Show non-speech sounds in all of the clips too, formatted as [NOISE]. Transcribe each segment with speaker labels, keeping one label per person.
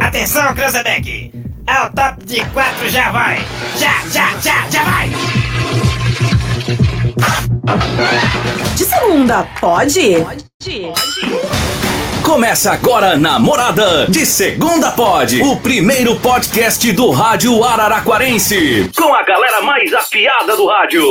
Speaker 1: Atenção, Cranzebeck! É o top de 4, já vai! Já, já, já, já vai!
Speaker 2: De segunda, pode?
Speaker 3: Começa agora na Morada de Segunda Pod, o primeiro podcast do rádio araraquarense. Com a galera mais afiada do rádio.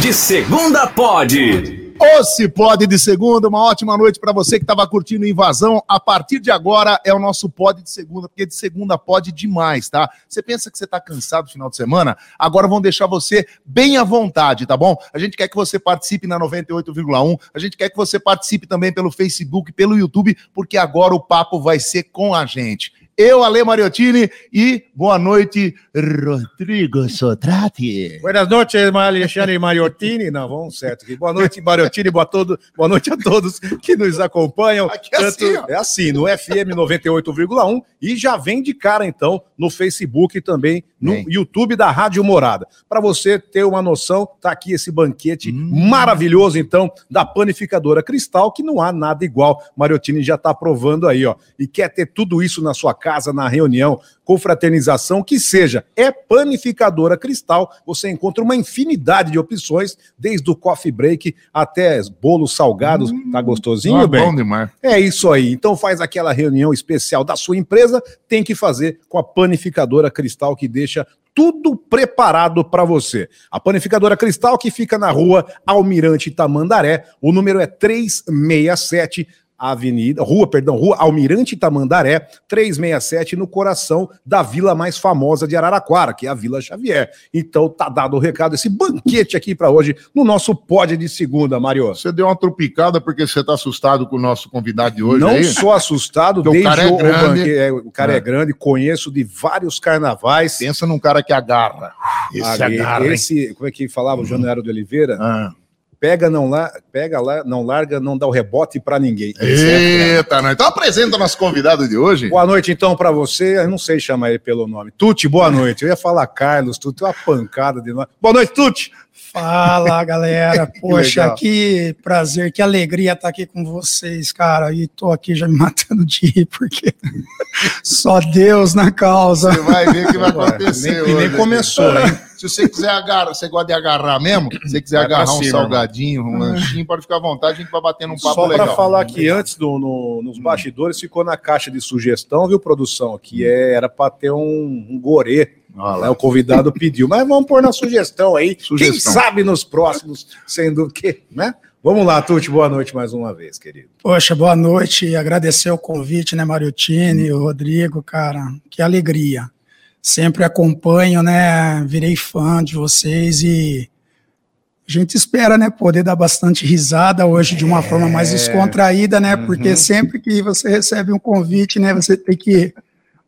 Speaker 3: De Segunda Pod.
Speaker 4: Ou se pode de segunda, uma ótima noite para você que estava curtindo Invasão. A partir de agora é o nosso pod de segunda, porque de segunda pode demais, tá? Você pensa que você tá cansado no final de semana? Agora vão deixar você bem à vontade, tá bom? A gente quer que você participe na 98,1, a gente quer que você participe também pelo Facebook, pelo YouTube, porque agora o papo vai ser com a gente. Eu, Ale Mariottini, e boa noite, Rodrigo Sotrati.
Speaker 5: Boas noites, Alexandre Mariottini. Não, vamos certo aqui. Boa noite, Mariottini. Boa, todo, boa noite a todos que nos acompanham.
Speaker 4: Aqui é assim, ó.
Speaker 5: é assim, no FM 98,1 e já vem de cara, então, no Facebook e também no
Speaker 4: Vem.
Speaker 5: YouTube da Rádio Morada. Para você ter uma noção, tá aqui esse banquete maravilhoso, então, da panificadora Cristal, que não há nada igual. Mariottini já tá provando aí, ó. E quer ter tudo isso na sua casa, na reunião, confraternização, que seja. É panificadora Cristal. Você encontra uma infinidade de opções, desde o coffee break até bolos salgados. Tá gostosinho,
Speaker 4: Ah,
Speaker 5: bem?
Speaker 4: Bom demais.
Speaker 5: É isso aí. Então faz aquela reunião especial da sua empresa, tem que fazer com a panificadora Cristal que deixa tudo preparado para você. A panificadora Cristal que fica na rua Almirante Tamandaré, o número é 367 Avenida, Rua, perdão, Rua Almirante Tamandaré, 367, no coração da vila mais famosa de Araraquara, que é a Vila Xavier. Então tá dado o recado, esse banquete aqui para hoje no nosso pódio de segunda, Mario.
Speaker 4: Você deu uma tropicada porque você tá assustado com o nosso convidado de hoje
Speaker 5: não
Speaker 4: aí?
Speaker 5: sou assustado,
Speaker 4: é Porque o
Speaker 5: desde
Speaker 4: cara é
Speaker 5: o, o
Speaker 4: grande.
Speaker 5: banque- é, o cara
Speaker 4: É.
Speaker 5: é grande, conheço de vários carnavais.
Speaker 4: Pensa num cara que agarra. Esse
Speaker 5: Ali,
Speaker 4: agarra, hein?
Speaker 5: esse- como é que falava o Januário de Oliveira?
Speaker 4: Ah.
Speaker 5: Pega, não lá, pega lá, não larga, não dá o rebote pra ninguém.
Speaker 4: é
Speaker 5: é
Speaker 4: Eita, nós. Então apresenta nosso convidado de hoje.
Speaker 5: Boa noite, então, pra você. Eu não sei chamar ele pelo nome. Tuti, boa noite. Eu ia falar Carlos, Tuti, é uma pancada de nós. Boa
Speaker 4: [LAUGHS]
Speaker 5: noite, Tuti.
Speaker 6: Fala, galera. Poxa,
Speaker 5: legal.
Speaker 6: que prazer, que alegria estar aqui com vocês, cara. E tô aqui já me [LAUGHS] matando de rir, porque só Deus na causa.
Speaker 4: Você vai ver o que vai
Speaker 5: Agora,
Speaker 4: acontecer
Speaker 5: nem- e nem
Speaker 4: hoje. né?
Speaker 5: começou,
Speaker 4: É,
Speaker 5: hein?
Speaker 4: [LAUGHS] Se você quiser agarrar, você gosta de agarrar mesmo, se você quiser
Speaker 5: Vai pra
Speaker 4: agarrar um
Speaker 5: cima,
Speaker 4: salgadinho, um lanchinho, pode ficar à vontade, a gente vai batendo um papo
Speaker 5: Só
Speaker 4: legal. Hum.
Speaker 5: para falar que antes do- no- nos bastidores ficou na caixa de sugestão, viu, produção? Que é- era para ter um, um gorê.
Speaker 4: Olha lá.
Speaker 5: né? O convidado pediu, mas vamos pôr na sugestão aí. Quem
Speaker 4: Sugestão.
Speaker 5: sabe nos próximos, sendo que, né? Vamos lá, Tuti, boa noite mais uma vez, querido.
Speaker 6: Poxa, boa noite. Agradecer o convite, né, Mariotini, o Rodrigo, cara. Que alegria. Sempre acompanho, né? Virei fã de vocês e a gente espera, né, poder dar bastante risada hoje de uma forma mais descontraída, né? Porque sempre que você recebe um convite, né, você tem que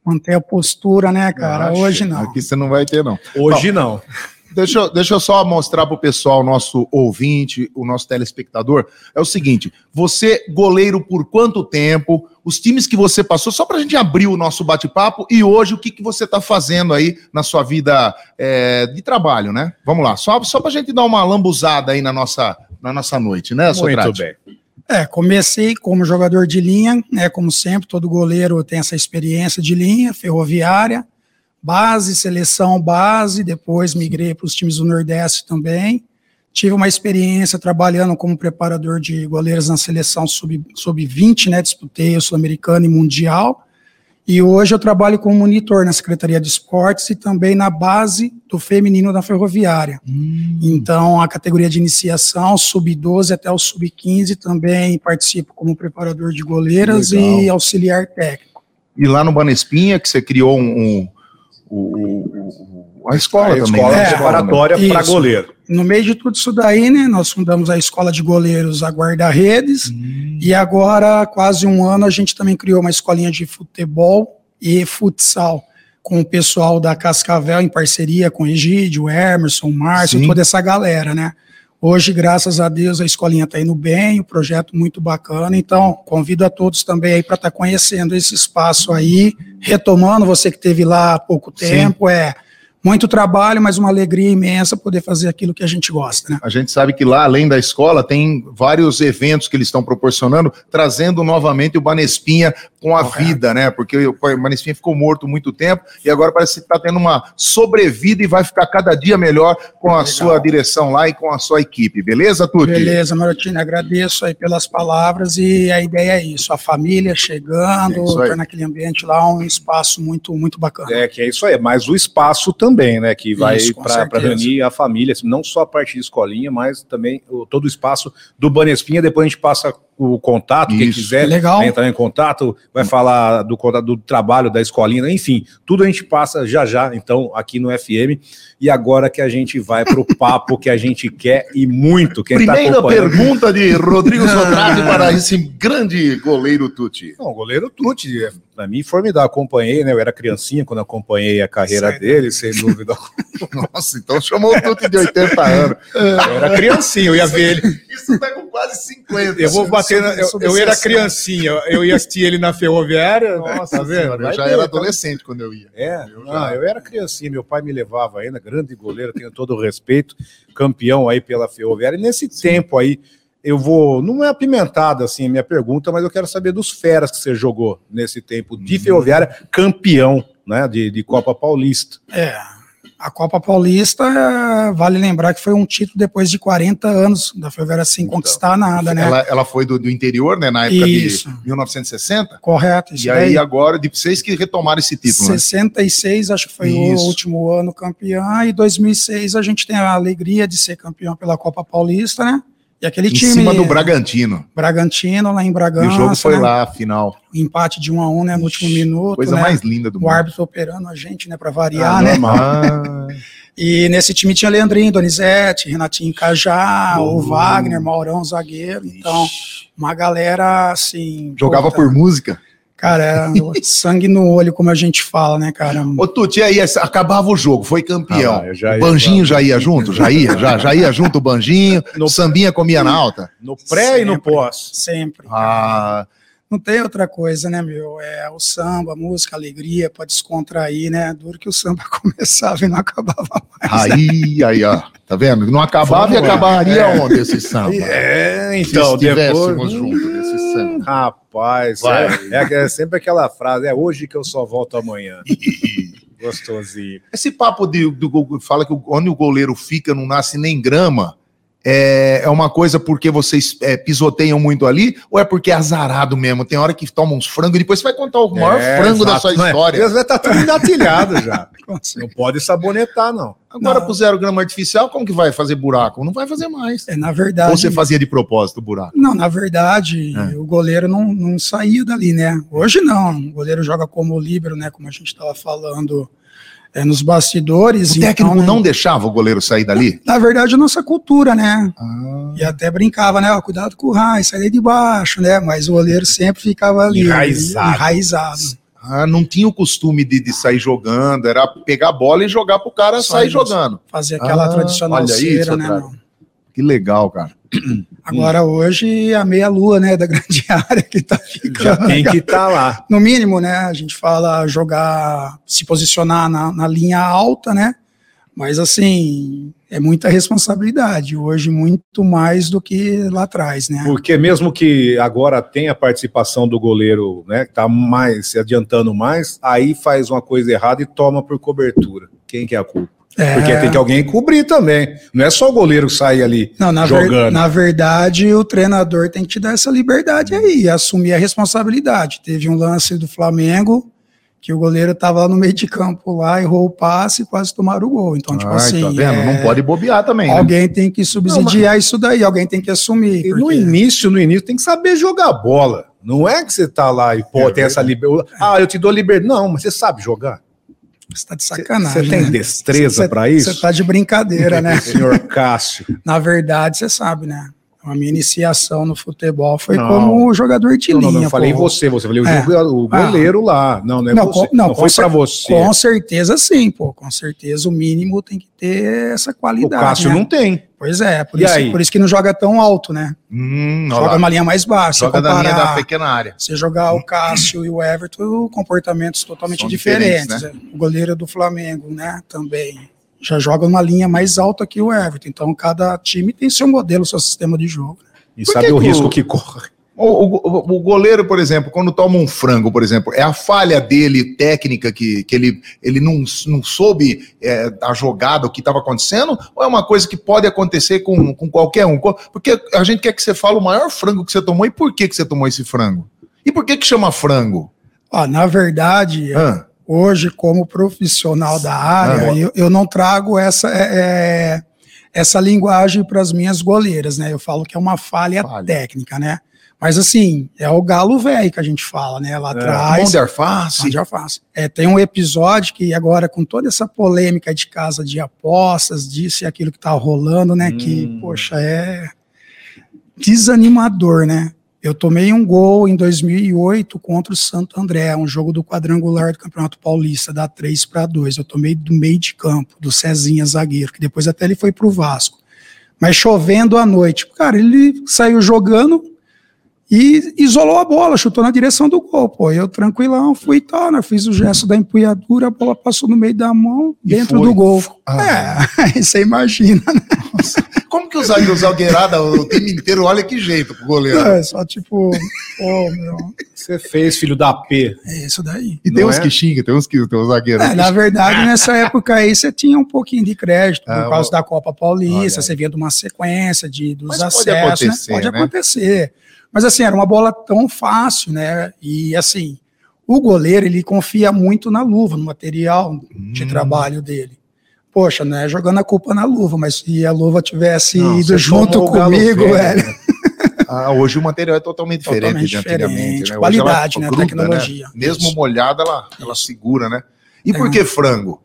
Speaker 6: manter a postura, né, cara?
Speaker 4: Acho. é.
Speaker 6: hoje não.
Speaker 4: Aqui você não vai ter, não.
Speaker 5: Hoje não.
Speaker 4: Deixa, eu- deixa eu só mostrar pro pessoal, nosso ouvinte, o nosso telespectador. É o seguinte: você, goleiro, por quanto tempo? Os times que você passou, só pra gente abrir o nosso bate-papo e hoje o que, que você tá fazendo aí na sua vida é, de trabalho, né? Vamos lá, só, só pra gente dar uma lambuzada aí na nossa, na nossa noite, né,
Speaker 5: Muito
Speaker 4: Sotrate?
Speaker 5: bem.
Speaker 6: É, comecei como jogador de linha, né? Como sempre, todo goleiro tem essa experiência de linha, ferroviária, base, seleção base, depois migrei para os times do Nordeste também. Tive uma experiência trabalhando como preparador de goleiros na seleção sub- sub-20, né? Disputei o Sul-Americano e Mundial. E hoje eu trabalho como monitor na Secretaria de Esportes e também na base do feminino da Ferroviária. Então, a categoria de iniciação, sub-12 até o sub-15, também participo como preparador de goleiras
Speaker 4: Legal.
Speaker 6: e auxiliar técnico.
Speaker 4: E lá no Banespinha, que você criou um. um- o- o- a escola
Speaker 5: a
Speaker 4: também.
Speaker 5: escola
Speaker 4: né?
Speaker 6: é,
Speaker 5: preparatória para
Speaker 6: Isso.
Speaker 5: goleiro.
Speaker 6: No meio de tudo isso daí, né, nós fundamos a Escola de Goleiros a Guarda-Redes e agora, há quase um ano, a gente também criou uma escolinha de futebol e futsal com o pessoal da Cascavel em parceria com o Egídio, o Emerson, o Márcio,
Speaker 4: Sim.
Speaker 6: toda essa galera, né? Hoje, graças a Deus, a escolinha está indo bem, o projeto muito bacana. Então, convido a todos também aí tá para estar conhecendo esse espaço aí, retomando você que teve lá há pouco
Speaker 4: Sim.
Speaker 6: tempo, é muito trabalho, mas uma alegria imensa poder fazer aquilo que a gente gosta, né?
Speaker 4: A gente sabe que lá, além da escola, tem vários eventos que eles estão proporcionando, trazendo novamente o Banespinha com a vida, né? Porque o Banespinha ficou morto muito tempo e agora parece que está tendo uma sobrevida e vai ficar cada dia melhor com a sua direção lá e com a sua equipe. Beleza, Tuti?
Speaker 6: Beleza, Marotina, agradeço aí pelas palavras e a ideia é isso, a família
Speaker 4: É
Speaker 6: chegando,
Speaker 4: isso aí.
Speaker 6: torna aquele ambiente lá um espaço muito, muito bacana.
Speaker 5: É, que é isso aí, mas o espaço também, né? Que vai
Speaker 6: Isso, com
Speaker 5: para
Speaker 6: certeza.
Speaker 5: reunir a família, assim, não só a parte de escolinha, mas também o- todo o espaço do Banespinha. Depois a gente passa o contato, quem
Speaker 4: Isso.
Speaker 5: quiser
Speaker 6: Legal.
Speaker 5: vai entrar em contato, vai falar do contato do trabalho da escolinha, enfim, tudo a gente passa já já, então, aqui no FM. E agora que a gente vai pro papo que a gente quer e muito. Quem tá
Speaker 4: Primeira
Speaker 5: acompanhando-
Speaker 4: pergunta de Rodrigo
Speaker 7: [LAUGHS]
Speaker 4: Sotrate para esse grande goleiro Tuti.
Speaker 5: Não, o goleiro Tuti, é, pra mim, formidável. Acompanhei, né? Eu era criancinha quando acompanhei a carreira dele, sem dúvida.
Speaker 4: Nossa, então chamou o Tuti de 80 anos.
Speaker 7: É.
Speaker 5: Eu era criancinha, eu ia ver ele.
Speaker 4: Isso tá com quase 50.
Speaker 7: Eu vou bater. na- eu, eu era criancinha, eu ia assistir ele na ferroviária. tá vendo?
Speaker 4: Eu
Speaker 5: Vai
Speaker 4: já
Speaker 5: ver,
Speaker 4: era
Speaker 5: tá-
Speaker 4: adolescente quando eu ia.
Speaker 5: É,
Speaker 4: Eu
Speaker 5: eu,
Speaker 4: já-
Speaker 5: eu era criancinha, meu pai me levava ainda, grande goleiro, tenho todo o respeito, campeão aí pela Ferroviária. E nesse tempo aí, eu vou. Não é apimentada assim a minha pergunta, mas eu quero saber dos feras que você jogou nesse tempo de
Speaker 4: Uhum.
Speaker 5: Ferroviária, campeão, né, de, de Copa Paulista.
Speaker 6: É. A Copa Paulista, eh, vale lembrar que foi um título depois de 40 anos da Ferroviária sem conquistar nada, né?
Speaker 4: Então, Ela, ela foi do, do interior, né? Na época
Speaker 6: Isso.
Speaker 4: de 1960.
Speaker 6: Correto.
Speaker 4: e aí agora, de vocês que retomaram esse título, né?
Speaker 6: 66, acho que foi
Speaker 4: Isso.
Speaker 6: o último ano campeã, e 2006 a gente tem a alegria de ser campeão pela Copa Paulista, né? E aquele
Speaker 4: Em
Speaker 6: time
Speaker 4: cima do Bragantino.
Speaker 6: Bragantino lá em
Speaker 4: E
Speaker 6: Bragança,
Speaker 4: o jogo foi
Speaker 6: né?
Speaker 4: lá, a final.
Speaker 6: O empate de 1 a 1, né, no último minuto,
Speaker 4: Coisa
Speaker 6: né?
Speaker 4: mais linda do
Speaker 6: O
Speaker 4: mundo.
Speaker 6: árbitro operando a gente, né, para variar, né? [LAUGHS]
Speaker 4: Ah,
Speaker 6: E nesse time tinha Leandrinho, Donizete, Renatinho Cajá,
Speaker 4: Uhum.
Speaker 6: o Wagner, Maurão, zagueiro. Então, uma galera assim.
Speaker 4: jogava
Speaker 6: puta,
Speaker 4: por música.
Speaker 6: Cara, era
Speaker 4: [LAUGHS]
Speaker 6: sangue no olho, como a gente fala, né, cara?
Speaker 4: Ô, Tuti, e aí essa- acabava o jogo, foi campeão.
Speaker 5: Ah, eu já
Speaker 4: o
Speaker 5: ia-
Speaker 4: Banjinho já ia junto? Já ia, já, já ia junto o Banjinho.
Speaker 5: [LAUGHS] No-
Speaker 4: O Sambinha comia na alta.
Speaker 5: No pré e no
Speaker 6: Sempre.
Speaker 5: pós.
Speaker 6: Sempre.
Speaker 4: Ah,
Speaker 6: Não tem outra coisa, né, meu? É o samba, a música, a alegria, pode descontrair, né? Duro que o samba [LAUGHS] começava e não acabava mais. né?
Speaker 4: aí, aí, ó. Tá vendo? Não acabava e
Speaker 5: Vamos lá.
Speaker 4: acabaria onde esse samba?
Speaker 5: É,
Speaker 4: Se
Speaker 5: então,
Speaker 4: estivéssemos
Speaker 5: depois. Hum,
Speaker 4: juntos nesse samba.
Speaker 5: Rapaz,
Speaker 4: Vai.
Speaker 5: é, é que- é sempre aquela frase, é hoje que eu só
Speaker 4: [LAUGHS]
Speaker 5: volto amanhã. Gostosinho.
Speaker 4: Esse papo de, do gol- fala que o- onde o goleiro fica não nasce nem grama. É, é uma coisa porque vocês é, pisoteiam muito ali, ou é porque é azarado mesmo? Tem hora que toma uns frangos e depois você vai contar o maior
Speaker 5: É,
Speaker 4: frango da
Speaker 5: exato,
Speaker 4: sua
Speaker 5: não é?
Speaker 4: história.
Speaker 5: Já tá tudo engatilhado já.
Speaker 6: Com certeza.
Speaker 5: Não pode sabonetar, não.
Speaker 4: Agora
Speaker 6: Não.
Speaker 4: com zero grama artificial, como que vai fazer buraco? Não vai fazer mais.
Speaker 6: É, na
Speaker 4: Ou
Speaker 6: verdade.
Speaker 4: você fazia de propósito o buraco?
Speaker 6: Não, na verdade,
Speaker 4: É.
Speaker 6: o goleiro não, não saía dali, né? Hoje não. O goleiro joga como líbero, né? Como a gente estava falando é, nos bastidores.
Speaker 4: O técnico
Speaker 6: né?
Speaker 4: não deixava o goleiro sair dali?
Speaker 6: Na verdade, a nossa cultura, né?
Speaker 4: Ah,
Speaker 6: E até brincava, né? Ó, cuidado com o Rai, sai daí de baixo, né? Mas o goleiro sempre ficava ali.
Speaker 5: Enraizado.
Speaker 6: enraizado.
Speaker 4: ah, não tinha o costume de, de sair jogando, era pegar a bola e jogar pro cara
Speaker 6: Só
Speaker 4: sair
Speaker 6: isso.
Speaker 4: jogando.
Speaker 6: Fazer aquela
Speaker 4: Ah,
Speaker 6: tradicional
Speaker 4: olha aí,
Speaker 6: cera,
Speaker 4: seu
Speaker 6: né?
Speaker 4: Drago.
Speaker 6: meu?
Speaker 4: Que legal, cara.
Speaker 6: Agora, hoje, a meia-lua, né? Da grande [LAUGHS] área que tá
Speaker 5: Já
Speaker 6: ficando.
Speaker 5: tem que estar lá.
Speaker 6: no mínimo, né? A gente fala jogar, se posicionar na, na linha alta, né? Mas assim, é muita responsabilidade hoje, muito mais do que lá atrás, né?
Speaker 5: Porque mesmo que agora tenha a participação do goleiro, né, que tá mais, se adiantando mais, aí faz uma coisa errada e toma por cobertura. Quem que é a culpa?
Speaker 6: É,
Speaker 5: Porque tem que alguém cobrir também. Não é só o goleiro sair ali
Speaker 6: não, na, ver-
Speaker 5: jogando.
Speaker 6: na verdade, o treinador tem que te dar essa liberdade aí, assumir a responsabilidade. Teve um lance do Flamengo que o goleiro tava lá no meio de campo lá, errou o passe e quase tomaram o gol. Então, tipo
Speaker 4: Ai,
Speaker 6: assim,
Speaker 4: tá vendo?
Speaker 6: é,
Speaker 4: Não pode bobear também, né?
Speaker 6: alguém tem que subsidiar isso daí, alguém tem que assumir.
Speaker 5: E no
Speaker 6: porque-
Speaker 5: início, no início, tem que saber jogar bola. Não é que você tá lá e pô,
Speaker 6: É
Speaker 5: tem essa liberdade. Ah, eu te dou liberdade. Não, mas você sabe jogar.
Speaker 6: Você tá de
Speaker 5: Você
Speaker 6: sacanagem.
Speaker 5: tem
Speaker 6: né?
Speaker 5: destreza
Speaker 6: Cê-
Speaker 5: pra
Speaker 6: Você
Speaker 5: isso? [LAUGHS]
Speaker 6: tá de brincadeira, né? [LAUGHS]
Speaker 5: Senhor Cássio.
Speaker 6: Na verdade, você sabe, né? A minha iniciação no futebol foi
Speaker 5: Não.
Speaker 6: como um jogador de
Speaker 5: Não,
Speaker 6: linha.
Speaker 5: não, não, eu falei
Speaker 6: pô.
Speaker 5: você, você falei o,
Speaker 6: É.
Speaker 5: jogo- o goleiro lá. Não, não é
Speaker 6: Não,
Speaker 5: você.
Speaker 6: com- não,
Speaker 5: não foi
Speaker 6: com
Speaker 5: pra
Speaker 6: cer-
Speaker 5: você.
Speaker 6: Com certeza sim, pô. Com certeza o mínimo tem que ter essa
Speaker 5: O
Speaker 6: qualidade.
Speaker 5: Cássio
Speaker 6: né?
Speaker 5: não tem.
Speaker 6: Pois é, por
Speaker 5: E
Speaker 6: isso,
Speaker 5: aí?
Speaker 6: por isso que não joga tão alto, né?
Speaker 4: Hum, olha
Speaker 6: joga
Speaker 4: lá.
Speaker 6: uma linha mais baixa.
Speaker 4: Joga
Speaker 6: se
Speaker 4: da linha da
Speaker 6: comparar-
Speaker 4: pequena área.
Speaker 6: Se jogar o Cássio e o Everton, comportamentos totalmente
Speaker 4: São diferentes,
Speaker 6: diferentes. né? O goleiro do Flamengo, né, também já joga uma linha mais alta que o Everton. Então, cada time tem seu modelo, seu sistema de jogo. né?
Speaker 5: E
Speaker 4: Por
Speaker 5: sabe
Speaker 4: que
Speaker 5: o
Speaker 4: que
Speaker 5: risco
Speaker 4: o-
Speaker 5: que corre.
Speaker 4: O, o- o goleiro, por exemplo, quando toma um frango, por exemplo, é a falha dele, técnica, que, que ele, ele não, não soube é, a jogada, o que estava acontecendo, ou é uma coisa que pode acontecer com, com qualquer um? Co- Porque a gente quer que você fale o maior frango que você tomou e por que, que você tomou esse frango? E por que, que chama frango?
Speaker 6: Ó, na verdade,
Speaker 4: Hã?
Speaker 6: hoje, como profissional da área,
Speaker 4: Ah,
Speaker 6: eu, eu não trago essa, é, é, essa linguagem para as minhas goleiras, né? Eu falo que é uma falha,
Speaker 4: Falha.
Speaker 6: técnica, né? Mas assim, é o galo velho que a gente fala, né?
Speaker 4: É,
Speaker 6: Lá atrás.
Speaker 4: Mão de arface?
Speaker 6: Onde eu faço. É, tem um episódio que agora, com toda essa polêmica de casa de apostas, disso e aquilo que tá rolando, né? Que, poxa, é desanimador, né? Eu tomei um gol em 2008 contra o Santo André, um jogo do quadrangular do Campeonato Paulista, da 3 para 2. Eu tomei do meio de campo, do Cezinha zagueiro, que depois até ele foi pro Vasco. Mas chovendo à noite. Cara, ele saiu jogando, e isolou a bola, chutou na direção do gol, pô. Eu tranquilão, fui e tal, né? Fiz o gesto da empunhadura, a bola passou no meio da mão,
Speaker 4: E
Speaker 6: dentro
Speaker 4: foi.
Speaker 6: do gol.
Speaker 4: Ah.
Speaker 6: É, [LAUGHS] aí você imagina, né?
Speaker 4: Como que os zagueiros zagueirada o time inteiro olha que jeito pro goleiro?
Speaker 6: É Só tipo, pô, meu,
Speaker 5: Você fez, filho da P.
Speaker 6: é isso daí.
Speaker 4: E tem
Speaker 5: Não
Speaker 4: uns
Speaker 5: é?
Speaker 4: que xingam, tem uns que tem uns zagueiros.
Speaker 6: É, na verdade,
Speaker 4: [LAUGHS]
Speaker 6: nessa época aí você tinha um pouquinho de crédito por
Speaker 4: Ah,
Speaker 6: causa da Copa
Speaker 4: olha
Speaker 6: Paulista,
Speaker 4: aí.
Speaker 6: você vinha de uma sequência de, dos
Speaker 4: Mas pode
Speaker 6: acessos, né?
Speaker 4: acontecer,
Speaker 6: Pode
Speaker 4: né?
Speaker 6: acontecer. Mas assim, era uma bola tão fácil, né? E assim, o goleiro ele confia muito na luva, no material de
Speaker 4: Hum.
Speaker 6: trabalho dele. Poxa, não é jogando a culpa na luva, mas se a luva tivesse
Speaker 4: Não,
Speaker 6: ido
Speaker 4: você
Speaker 6: junto
Speaker 4: tomou o galo
Speaker 6: comigo,
Speaker 4: velho,
Speaker 6: velho,
Speaker 4: né? [LAUGHS] Ah, hoje o material é totalmente diferente
Speaker 6: Totalmente
Speaker 4: de antigamente.
Speaker 6: diferente,
Speaker 4: né? Hoje
Speaker 6: qualidade,
Speaker 4: ela
Speaker 6: né,
Speaker 4: gruda,
Speaker 6: tecnologia.
Speaker 4: né? Mesmo
Speaker 6: Isso.
Speaker 4: molhada, ela, ela segura, né? E por
Speaker 6: É.
Speaker 4: que frango?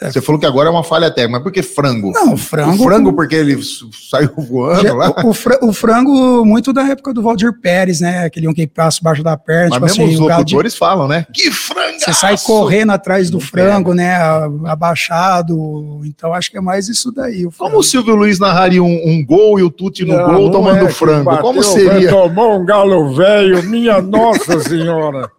Speaker 6: É.
Speaker 4: Você falou que agora é uma falha técnica, mas por que frango?
Speaker 6: Não,
Speaker 4: o
Speaker 6: frango.
Speaker 4: frango porque ele s- saiu voando
Speaker 6: Já-
Speaker 4: lá?
Speaker 6: o, o fra- o frango, muito da época do Valdir Pérez, né? Aquele um que passa embaixo da perna.
Speaker 4: Mas
Speaker 6: tipo
Speaker 4: mesmo
Speaker 6: assim,
Speaker 4: os
Speaker 6: o galo de-
Speaker 4: locutores falam, né? Que frango!
Speaker 6: Você sai correndo atrás do frango, né? a- Abaixado. Então acho que é mais isso daí. o
Speaker 4: Como
Speaker 6: frango.
Speaker 4: o Silvio Luiz narraria um, um gol e o Tuti no gol
Speaker 5: é
Speaker 6: é,
Speaker 4: tomando frango? Como seria?
Speaker 5: né? Tomou um galo velho,
Speaker 6: [LAUGHS]
Speaker 5: minha nossa senhora.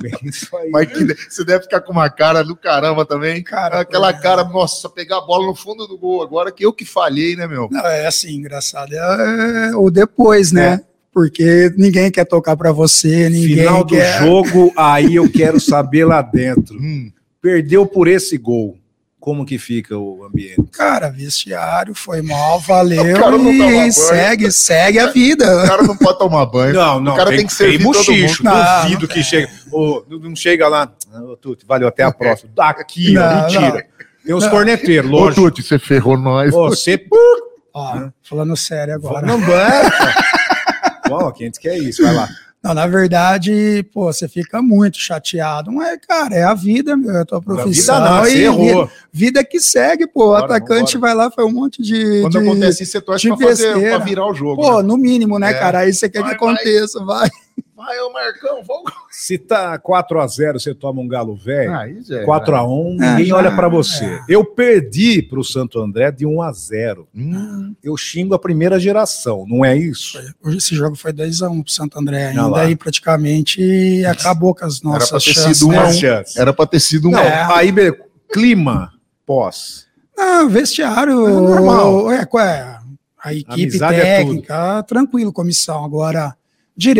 Speaker 5: Bem isso aí.
Speaker 4: Mas que, você deve ficar com uma cara do caramba também. Hum? Cara, é. aquela cara, nossa, pegar a bola no fundo do gol agora, que eu que falhei, né, meu?
Speaker 6: Não, é assim, engraçado. É, é o depois, né? Porque ninguém quer tocar pra você, ninguém
Speaker 5: Final do
Speaker 6: quer.
Speaker 5: jogo, aí eu quero saber lá dentro.
Speaker 4: Hum.
Speaker 5: Perdeu por esse gol. Como que fica o ambiente?
Speaker 6: Cara, vestiário foi mal, valeu.
Speaker 4: O cara não toma banho.
Speaker 6: E segue, segue a
Speaker 4: [LAUGHS]
Speaker 6: vida.
Speaker 4: O cara não pode tomar banho.
Speaker 5: Não, não.
Speaker 4: O cara tem que servir todo
Speaker 5: bochicho,
Speaker 6: mundo. Não,
Speaker 5: duvido que chega. Ô, não não chega lá. Ah, ô, Tuti, valeu, até a próxima. Daqui,
Speaker 6: Não,
Speaker 5: ó, mentira. Tem os corneteiros,
Speaker 4: Ô,
Speaker 5: lógico.
Speaker 4: Tuti, você ferrou nós.
Speaker 5: Ô, Você
Speaker 6: Ó, falando sério agora.
Speaker 5: Não banca. Bom, quem diz que é isso? Vai lá.
Speaker 6: Não, na verdade, pô, você fica muito chateado, mas, cara, é a vida, meu, é a tua profissão.
Speaker 5: não, você
Speaker 6: e
Speaker 5: errou.
Speaker 6: vi- Vida que segue, pô. O
Speaker 5: Bora,
Speaker 6: atacante vai lá, foi um monte de.
Speaker 4: Quando
Speaker 6: de-
Speaker 4: acontece isso, você torce
Speaker 6: de
Speaker 4: pra, fazer,
Speaker 6: besteira.
Speaker 4: pra virar o jogo.
Speaker 6: Pô,
Speaker 4: né?
Speaker 6: no mínimo, né,
Speaker 4: É.
Speaker 6: cara? Aí você quer
Speaker 4: Vai,
Speaker 6: que aconteça, vai.
Speaker 4: Vai, ô Marcão, vamos.
Speaker 5: Se tá 4x0, você toma um galo velho.
Speaker 4: Aí, já.
Speaker 5: 4x1,
Speaker 6: É,
Speaker 5: ninguém
Speaker 6: já-
Speaker 5: olha pra você. Eu perdi pro Santo André de 1x0.
Speaker 4: Hum.
Speaker 5: Eu xingo a primeira geração, não é isso?
Speaker 6: Hoje esse jogo foi 2x1 pro Santo André.
Speaker 5: Olha lá.
Speaker 6: Ainda aí praticamente acabou com as
Speaker 4: pra
Speaker 6: nossas
Speaker 4: ter
Speaker 6: chances.
Speaker 4: sido um a
Speaker 6: né?
Speaker 4: um.
Speaker 5: chance.
Speaker 4: Era pra ter sido um.
Speaker 5: Não,
Speaker 4: É.
Speaker 6: É.
Speaker 5: aí, be- clima pós.
Speaker 6: Ah, vestiário.
Speaker 5: É normal.
Speaker 6: É, qual é? A equipe
Speaker 5: Amizade é
Speaker 6: técnica, tranquilo, comissão. Agora,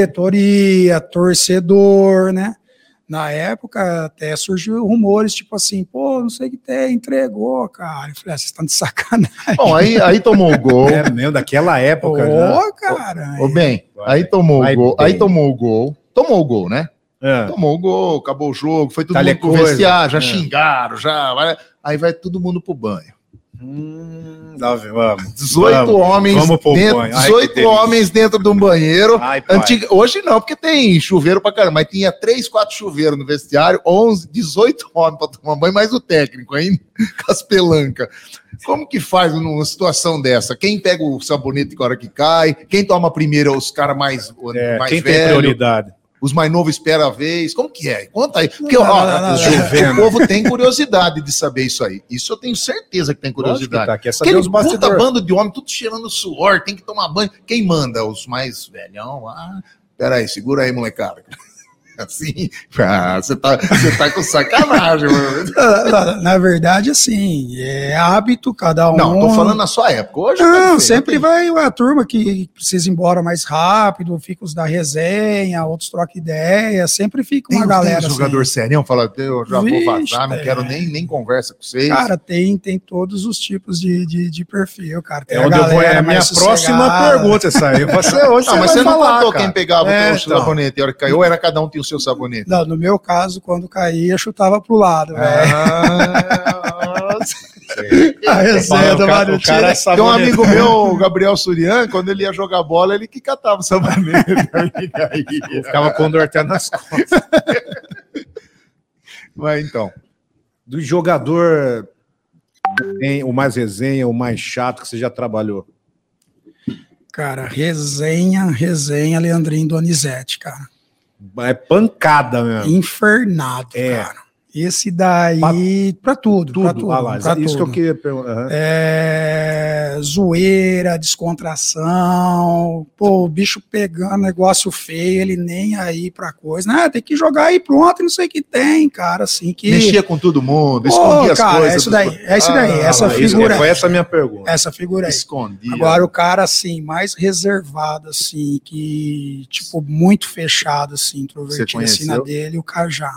Speaker 6: diretoria, torcedor, né? Na época até surgiu rumores, tipo assim, pô, não sei o que tem, entregou, cara. Eu falei, ah, vocês estão de sacanagem.
Speaker 4: Bom, aí, aí tomou o gol.
Speaker 5: É mesmo, daquela
Speaker 6: Ô,
Speaker 5: época. né?
Speaker 6: cara.
Speaker 4: Ô, bem,
Speaker 5: Vai
Speaker 4: aí tomou
Speaker 5: Vai
Speaker 4: o gol.
Speaker 5: bem.
Speaker 4: Aí tomou o gol. Tomou o gol, né?
Speaker 5: É.
Speaker 4: Tomou o gol, acabou o jogo, foi todo
Speaker 5: Tal é
Speaker 4: mundo pro
Speaker 5: coisa.
Speaker 4: vestiário, já
Speaker 5: É.
Speaker 4: xingaram, já. vai- Aí vai todo mundo pro banho.
Speaker 5: Hum, lá vamos.
Speaker 4: 18
Speaker 5: Vamos,
Speaker 4: homens,
Speaker 5: vamos pro
Speaker 4: dentro,
Speaker 5: banho. Ai, que
Speaker 4: 18
Speaker 5: delícia.
Speaker 4: homens dentro de um banheiro.
Speaker 5: Ai, pai.
Speaker 4: Antiga- hoje não, porque tem chuveiro pra caramba, mas tinha 3, 4 chuveiros no vestiário, 11, 18 homens pra tomar banho, mais o técnico ainda, [LAUGHS] com as pelancas. Como que faz numa situação dessa? Quem pega o sabonete na hora que cai? Quem toma primeiro? Os caras mais,
Speaker 5: É,
Speaker 4: mais
Speaker 5: quem tem
Speaker 4: velhos?
Speaker 5: prioridade?
Speaker 4: Os mais novos espera a vez? Como que é? Conta aí. Porque ó,
Speaker 6: não, não, não,
Speaker 4: o povo tem curiosidade de saber isso aí. Isso eu tenho certeza que tem
Speaker 5: Lógico que
Speaker 4: curiosidade.
Speaker 5: tá, quer saber
Speaker 4: Aquele
Speaker 5: os
Speaker 4: puta
Speaker 5: bastidores.
Speaker 4: bando de homem, tudo cheirando suor, tem que tomar banho. Quem manda? Os mais velhão. Ah, peraí, segura aí, molecada. [LAUGHS] Assim, ah, você tá, você tá com sacanagem. mano.
Speaker 6: Na- na- Ah, Na verdade, assim, é hábito, cada um.
Speaker 4: Não, tô falando na sua época. Hoje tá
Speaker 6: Não,
Speaker 4: diferente.
Speaker 6: sempre vai a turma que precisa ir embora mais rápido, fica os da resenha, outros trocam ideia, sempre fica
Speaker 4: Tem,
Speaker 6: uma
Speaker 4: tem
Speaker 6: galera. assim.
Speaker 4: jogador serião fala, eu já vou
Speaker 6: Vixe,
Speaker 4: vazar, não
Speaker 6: é.
Speaker 4: quero nem, nem conversa com vocês.
Speaker 6: Cara, tem, tem todos os tipos de, de, de perfil, cara. Tem
Speaker 5: É onde eu vou. É a minha
Speaker 6: mais
Speaker 5: próxima
Speaker 6: sossegada.
Speaker 5: pergunta, essa aí. Você hoje
Speaker 4: não, mas
Speaker 5: você vai
Speaker 4: você não
Speaker 5: falar,
Speaker 4: contou
Speaker 5: cara.
Speaker 4: quem pegava
Speaker 5: É,
Speaker 4: o
Speaker 5: então.
Speaker 4: sabonete a hora que caiu, ou era cada um tinha o seu sabonete?
Speaker 6: Não, no meu caso, quando caía, chutava pro
Speaker 5: É.
Speaker 6: lado, né? velho.
Speaker 4: Ah,
Speaker 6: [LAUGHS] A resenha
Speaker 5: Falando,
Speaker 6: do
Speaker 5: o cara-
Speaker 6: Mário
Speaker 5: o cara é
Speaker 4: Tem um
Speaker 5: sabonete.
Speaker 4: amigo meu, o Gabriel Surian, quando ele ia jogar bola, ele que catava o
Speaker 6: [LAUGHS]
Speaker 4: sabonete.
Speaker 5: Eu ficava com dor até nas costas.
Speaker 4: Mas então.
Speaker 5: Do jogador hein, o mais resenha, o mais chato que você já trabalhou.
Speaker 6: Cara, resenha, resenha, Leandrinho Donizete, cara.
Speaker 5: É pancada mesmo.
Speaker 6: Infernado,
Speaker 5: É.
Speaker 6: cara. Esse daí, pra, tudo, pra tudo,
Speaker 5: ah lá,
Speaker 6: pra
Speaker 5: isso que eu
Speaker 6: tudo.
Speaker 5: queria perguntar. Aham.
Speaker 6: É, zoeira, descontração, pô, o bicho pegando negócio feio, ele nem aí pra coisa, né? Tem que jogar aí pronto, não sei o que tem, cara, assim que.
Speaker 4: Mexia com todo mundo,
Speaker 6: Pô,
Speaker 4: escondia as
Speaker 6: cara,
Speaker 4: coisas.
Speaker 6: é isso
Speaker 4: dos-
Speaker 6: daí, é isso daí,
Speaker 4: Ah,
Speaker 6: essa
Speaker 5: Ah, isso,
Speaker 6: figura,
Speaker 5: Foi essa a minha pergunta.
Speaker 6: essa figura aí.
Speaker 4: Escondia.
Speaker 6: Agora, o cara, assim, mais reservado, assim, que, tipo, muito fechado, assim, introvertido, assim, na
Speaker 4: conheceu?
Speaker 6: dele, o Cajá.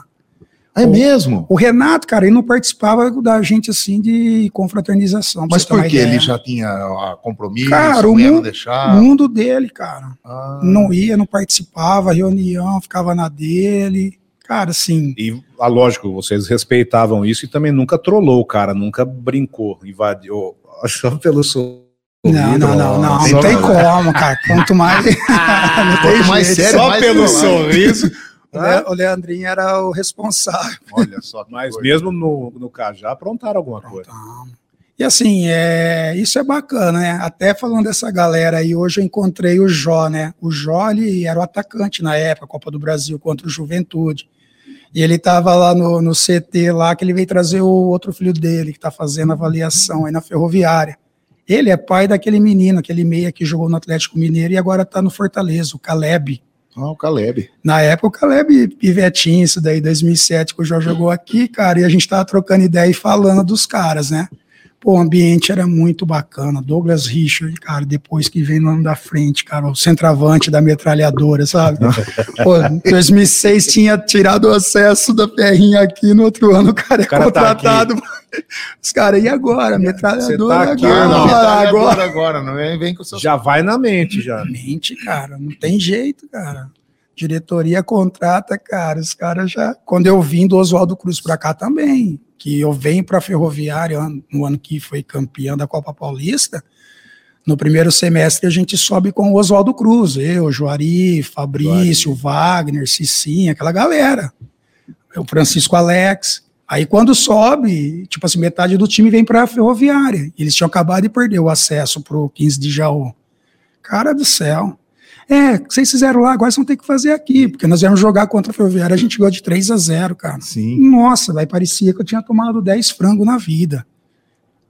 Speaker 4: é mesmo?
Speaker 6: O Renato, cara, ele não participava da gente, assim, de confraternização. pra
Speaker 4: Mas
Speaker 6: você ter uma
Speaker 4: por que?
Speaker 6: ideia.
Speaker 4: Ele já tinha ah, compromisso,
Speaker 6: Cara, o
Speaker 4: mulher não
Speaker 6: mu-
Speaker 4: deixava.
Speaker 6: O mundo dele, cara.
Speaker 4: Ah,
Speaker 6: Não ia, não participava, reunião, ficava na dele. Cara, assim,
Speaker 5: E, ah, lógico, vocês respeitavam isso e também nunca trollou o cara, nunca brincou, invadiu. Só [LAUGHS] pelo som.
Speaker 6: não, não, não, não, não,
Speaker 4: Só
Speaker 6: tem
Speaker 4: não.
Speaker 6: como, cara. Quanto mais. não tem
Speaker 4: Quanto mais
Speaker 6: jeito.
Speaker 4: Ah, sério,
Speaker 6: Só
Speaker 4: mais
Speaker 6: pelo
Speaker 4: zoado.
Speaker 6: som. O Le- [LAUGHS] O Leandrinho era o responsável.
Speaker 4: Olha só. que
Speaker 5: Mas
Speaker 4: coisa.
Speaker 5: mesmo no, no Cajá aprontaram alguma coisa.
Speaker 6: Então, E assim, é, isso é bacana, né? Até falando dessa galera aí, hoje eu encontrei o Jó, né? O Jó, ele era o atacante na época, Copa do Brasil contra o Juventude. E ele tava lá no, no CT lá, que ele veio trazer o outro filho dele, que tá fazendo avaliação aí na Ferroviária. Ele é pai daquele menino, aquele meia que jogou no Atlético Mineiro e agora tá no Fortaleza, o Caleb.
Speaker 4: Ah, o Caleb.
Speaker 6: Na época, o Caleb Pivetinho, isso daí, 2007, que o Jó jogou aqui, cara, e a gente tava trocando ideia e falando dos caras, né? Pô, o ambiente era muito bacana. Douglas Richard, cara, depois que vem no ano da frente, cara, o centroavante da metralhadora,
Speaker 5: [LAUGHS]
Speaker 6: sabe? Pô, em 2006 tinha tirado o acesso da ferrinha aqui, no outro ano o cara é
Speaker 5: O cara tá
Speaker 6: contratado. Os caras, e agora?
Speaker 5: tá
Speaker 6: Metralhadora
Speaker 5: aqui,
Speaker 6: agora,
Speaker 5: não,
Speaker 4: agora,
Speaker 6: agora.
Speaker 4: Ah, agora, agora, não vem, vem com o seu.
Speaker 5: Já vai na mente, já.
Speaker 6: Mente, cara, não tem jeito, cara. Diretoria contrata, cara. Os caras já. Quando eu vim do Oswaldo Cruz pra cá também, que eu venho pra Ferroviária ano- no ano que foi campeão da Copa Paulista, no primeiro semestre a gente sobe com o Oswaldo Cruz. Eu, Juari, Fabrício, Wagner, Cicinha, aquela galera. É O Francisco Alex. Aí quando sobe, tipo assim, metade do time vem pra Ferroviária. Eles tinham acabado de perder o acesso pro 15 de Jaú. Cara do céu. É, o que vocês fizeram lá, agora vocês vão ter que fazer aqui, porque nós viemos jogar contra a Ferroviária, a gente ganhou de 3 a 0, cara.
Speaker 4: Sim.
Speaker 6: Nossa, vai parecia que eu tinha tomado 10 frango na vida.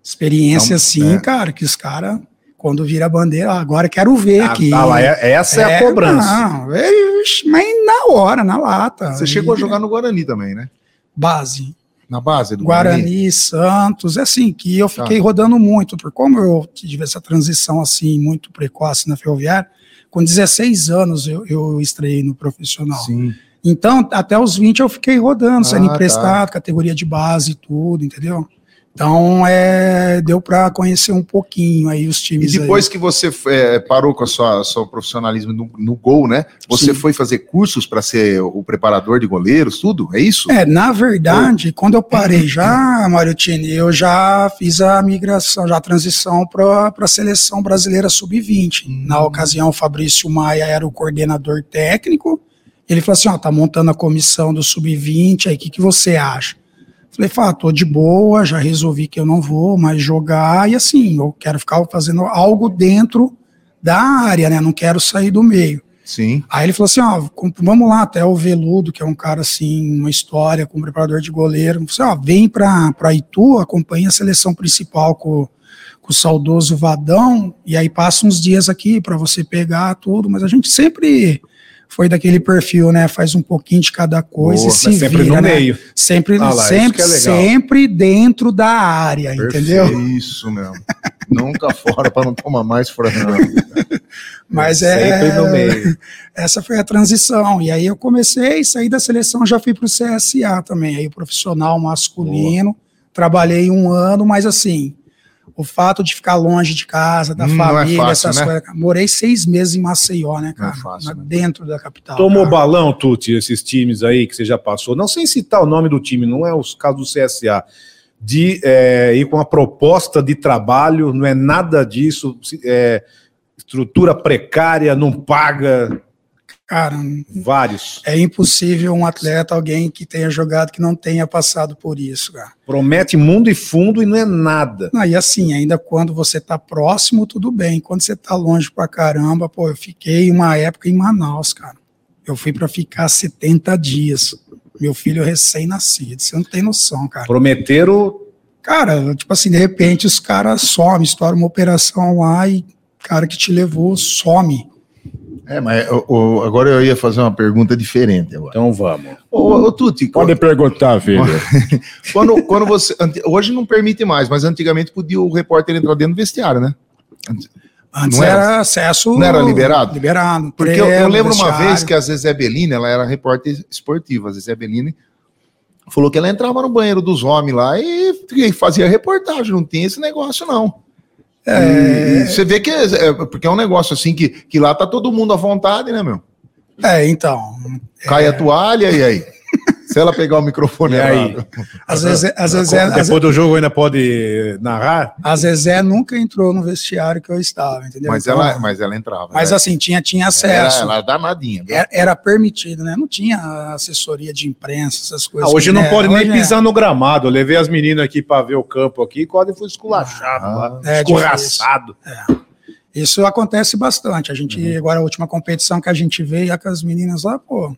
Speaker 6: Experiência
Speaker 4: Então,
Speaker 6: assim,
Speaker 4: é.
Speaker 6: cara, que os caras, quando vira a bandeira, "Ah, agora quero ver
Speaker 5: Ah,
Speaker 6: aqui.
Speaker 5: tá lá, é- essa é, a cobrança.
Speaker 6: não, é, ixi, mas na hora, na lata.
Speaker 4: Você chegou a
Speaker 6: E-
Speaker 4: jogar no Guarani também, né?
Speaker 6: Base.
Speaker 4: Na base do Tá.
Speaker 6: Guarani, Santos, é assim, que eu fiquei rodando muito, porque como eu tive essa transição assim, muito precoce na ferroviária, com 16 anos eu, eu estreiei no profissional.
Speaker 4: Sim.
Speaker 6: Então, até os 20 eu fiquei rodando, saindo
Speaker 4: Ah, tá.
Speaker 6: emprestado, categoria de base e tudo, entendeu? Então, é, deu para conhecer um pouquinho aí os
Speaker 4: E
Speaker 6: times. aí.
Speaker 4: depois que você eh, parou com a sua, seu profissionalismo no, no gol, né? Você
Speaker 6: Sim.
Speaker 4: foi fazer cursos para ser o preparador de goleiros, tudo? É isso?
Speaker 6: É, na verdade, quando eu parei já, Mariotini, eu já fiz a migração, já a transição para a seleção brasileira sub-20. Na ocasião, o Fabrício Maia era o coordenador técnico. Ele falou assim: ó, tá montando a comissão do sub-20, aí o que, que você acha? Falei, Fá, tô de boa, já resolvi que eu não vou mais jogar, e assim, eu quero ficar fazendo algo dentro da área, né? Não quero sair do meio.
Speaker 4: Sim.
Speaker 6: Aí ele falou assim: ó, com- vamos lá até o Veludo, que é um cara assim, uma história, com um preparador de goleiro. Ele falou assim, ó, vem pra, pra Itu, acompanha a seleção principal com, com o saudoso Vadão, e aí passa uns dias aqui pra você pegar tudo. Mas a gente sempre foi daquele perfil, né? Faz um pouquinho de cada coisa
Speaker 5: Boa,
Speaker 6: e se
Speaker 5: mas tá sempre
Speaker 6: vira,
Speaker 5: no
Speaker 6: né?
Speaker 5: meio.
Speaker 6: Sempre,
Speaker 5: Ah lá, isso
Speaker 6: sempre,
Speaker 5: que é legal.
Speaker 6: sempre dentro da área, entendeu?
Speaker 4: Perfeito, É Isso mesmo. [LAUGHS] Nunca fora para não tomar mais fora. não.
Speaker 6: Mas
Speaker 5: Sempre
Speaker 6: é
Speaker 5: no
Speaker 6: [LAUGHS]
Speaker 5: meio.
Speaker 6: essa foi a transição. E aí eu comecei, saí da seleção, já fui para o CSA também, aí profissional masculino. Trabalhei um ano, mas assim, o fato de ficar longe de casa, da
Speaker 4: Hum, não é
Speaker 6: família,
Speaker 4: fácil,
Speaker 6: essas
Speaker 4: né?
Speaker 6: coisas. cara, Morei seis meses em Maceió, né, cara?
Speaker 4: Não é fácil,
Speaker 6: Na-
Speaker 4: né?
Speaker 6: Dentro da capital.
Speaker 5: Tomou
Speaker 6: cara.
Speaker 5: balão, Tuti, esses times aí que você já passou. Não sem citar o nome do time, não é os casos do CSA. De é, ir com uma proposta de trabalho, não é nada disso. se- é, estrutura precária, não paga.
Speaker 6: Cara,
Speaker 5: Vários.
Speaker 6: é impossível um atleta, alguém que tenha jogado, que não tenha passado por isso, cara.
Speaker 5: Promete mundo e fundo e não é nada.
Speaker 6: Não, e assim, ainda quando você tá próximo, tudo bem. Quando você tá longe pra caramba, pô, eu fiquei uma época em Manaus, cara. Eu fui pra ficar 70 dias. Meu filho é recém-nascido, você não tem noção, cara.
Speaker 5: Prometeram
Speaker 6: Cara, tipo assim, de repente os caras somem, estouram uma operação lá e o cara que te levou some.
Speaker 4: É, mas ô, ô, agora eu ia fazer uma pergunta diferente agora.
Speaker 5: Então vamos.
Speaker 4: Ô, ô, ô, Tuti,
Speaker 5: perguntar, filho.
Speaker 4: quando, quando você. ante- Hoje não permite mais, mas antigamente podia o repórter entrar dentro do vestiário, né?
Speaker 6: Antes
Speaker 4: Não era-
Speaker 6: era, acesso.
Speaker 4: não era liberado?
Speaker 6: Liberado.
Speaker 4: Porque eu, eu
Speaker 6: treino,
Speaker 4: lembro uma
Speaker 6: vestiário.
Speaker 4: vez que a Zezé Bellini, ela era repórter esportiva, a Zezé Bellini falou que ela entrava no banheiro dos homens lá e, e fazia reportagem, não tinha esse negócio não. E- e você vê que é, é, porque é um negócio assim que, que lá tá todo mundo à vontade, né, meu?
Speaker 6: É, então.
Speaker 4: Cai a toalha e aí? Se ela pegar o microfone
Speaker 5: E aí?
Speaker 4: errado.
Speaker 6: Às vezes, é, às vezes, às
Speaker 5: Depois do jogo ainda pode narrar?
Speaker 6: A Zezé é, nunca entrou no vestiário que eu estava, entendeu?
Speaker 4: Mas
Speaker 6: Então,
Speaker 4: ela, mas ela entrava.
Speaker 6: mas
Speaker 5: É.
Speaker 4: né?
Speaker 6: assim, tinha, tinha
Speaker 4: Era-
Speaker 6: acesso.
Speaker 4: ela, né? danadinha. viu?
Speaker 6: Era, era permitido, né? Não tinha assessoria de imprensa, essas coisas.
Speaker 5: Ah, hoje
Speaker 6: que,
Speaker 5: não
Speaker 6: né,
Speaker 5: pode nem
Speaker 6: hoje é-
Speaker 5: pisar no gramado. Eu levei as meninas aqui pra ver o campo aqui e quase fui esculachado lá.
Speaker 6: é
Speaker 5: escorraçado.
Speaker 6: Isso acontece bastante. A gente,
Speaker 5: Uhum.
Speaker 6: agora, a última competição que a gente veio, é com as meninas lá, pô,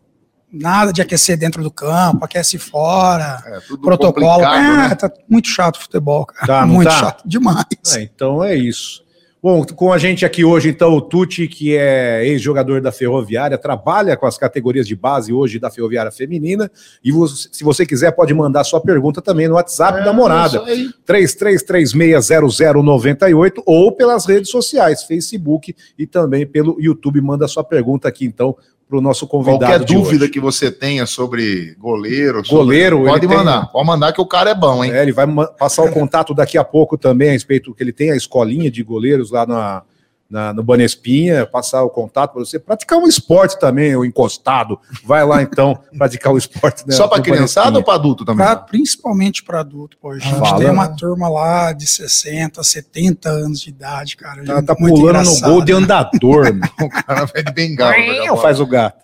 Speaker 6: nada de aquecer dentro do campo, aquece fora,
Speaker 4: É, tudo
Speaker 6: protocolo.
Speaker 4: complicado,
Speaker 6: Ah,
Speaker 4: né?
Speaker 6: tá muito chato o futebol, cara.
Speaker 5: Tá, não
Speaker 6: muito
Speaker 5: tá?
Speaker 6: chato demais.
Speaker 5: É, então é isso. Bom, com a gente aqui hoje, então, o Tuti, que é ex-jogador da Ferroviária, trabalha com as categorias de base hoje da Ferroviária Feminina. E você- se você quiser, pode mandar sua pergunta também no WhatsApp da Morada.
Speaker 4: É isso aí.
Speaker 5: 33360098 ou pelas redes sociais, Facebook e também pelo YouTube. Manda sua pergunta aqui, então, para o nosso convidado.
Speaker 4: Qualquer
Speaker 5: de
Speaker 4: dúvida
Speaker 5: hoje.
Speaker 4: que você tenha sobre goleiro, sobre-
Speaker 5: Goleiro,
Speaker 4: pode
Speaker 5: ele tem-
Speaker 4: mandar. Pode mandar que o cara é bom, hein?
Speaker 5: É, ele vai ma- passar o contato daqui a pouco também a respeito que ele tem a escolinha de goleiros lá na, na- no Banespinha, passar o contato para você praticar um esporte também, o encostado. Vai lá então [LAUGHS] praticar o esporte. né,
Speaker 4: Só pra
Speaker 5: no
Speaker 4: criançada ou
Speaker 5: Banespinha.
Speaker 4: pra adulto também?
Speaker 5: Tá.
Speaker 4: [LAUGHS]
Speaker 6: Pra- principalmente para adulto, pô. A gente
Speaker 5: Fala.
Speaker 6: tem uma turma lá de 60, 70 anos de idade, cara.
Speaker 5: Tá, tá
Speaker 6: Muito
Speaker 5: pulando no
Speaker 6: engraçado. né?
Speaker 5: gol de andador. meu.
Speaker 4: O cara vai de bengala. vai dar
Speaker 5: Não
Speaker 4: bola.
Speaker 5: faz é o gato.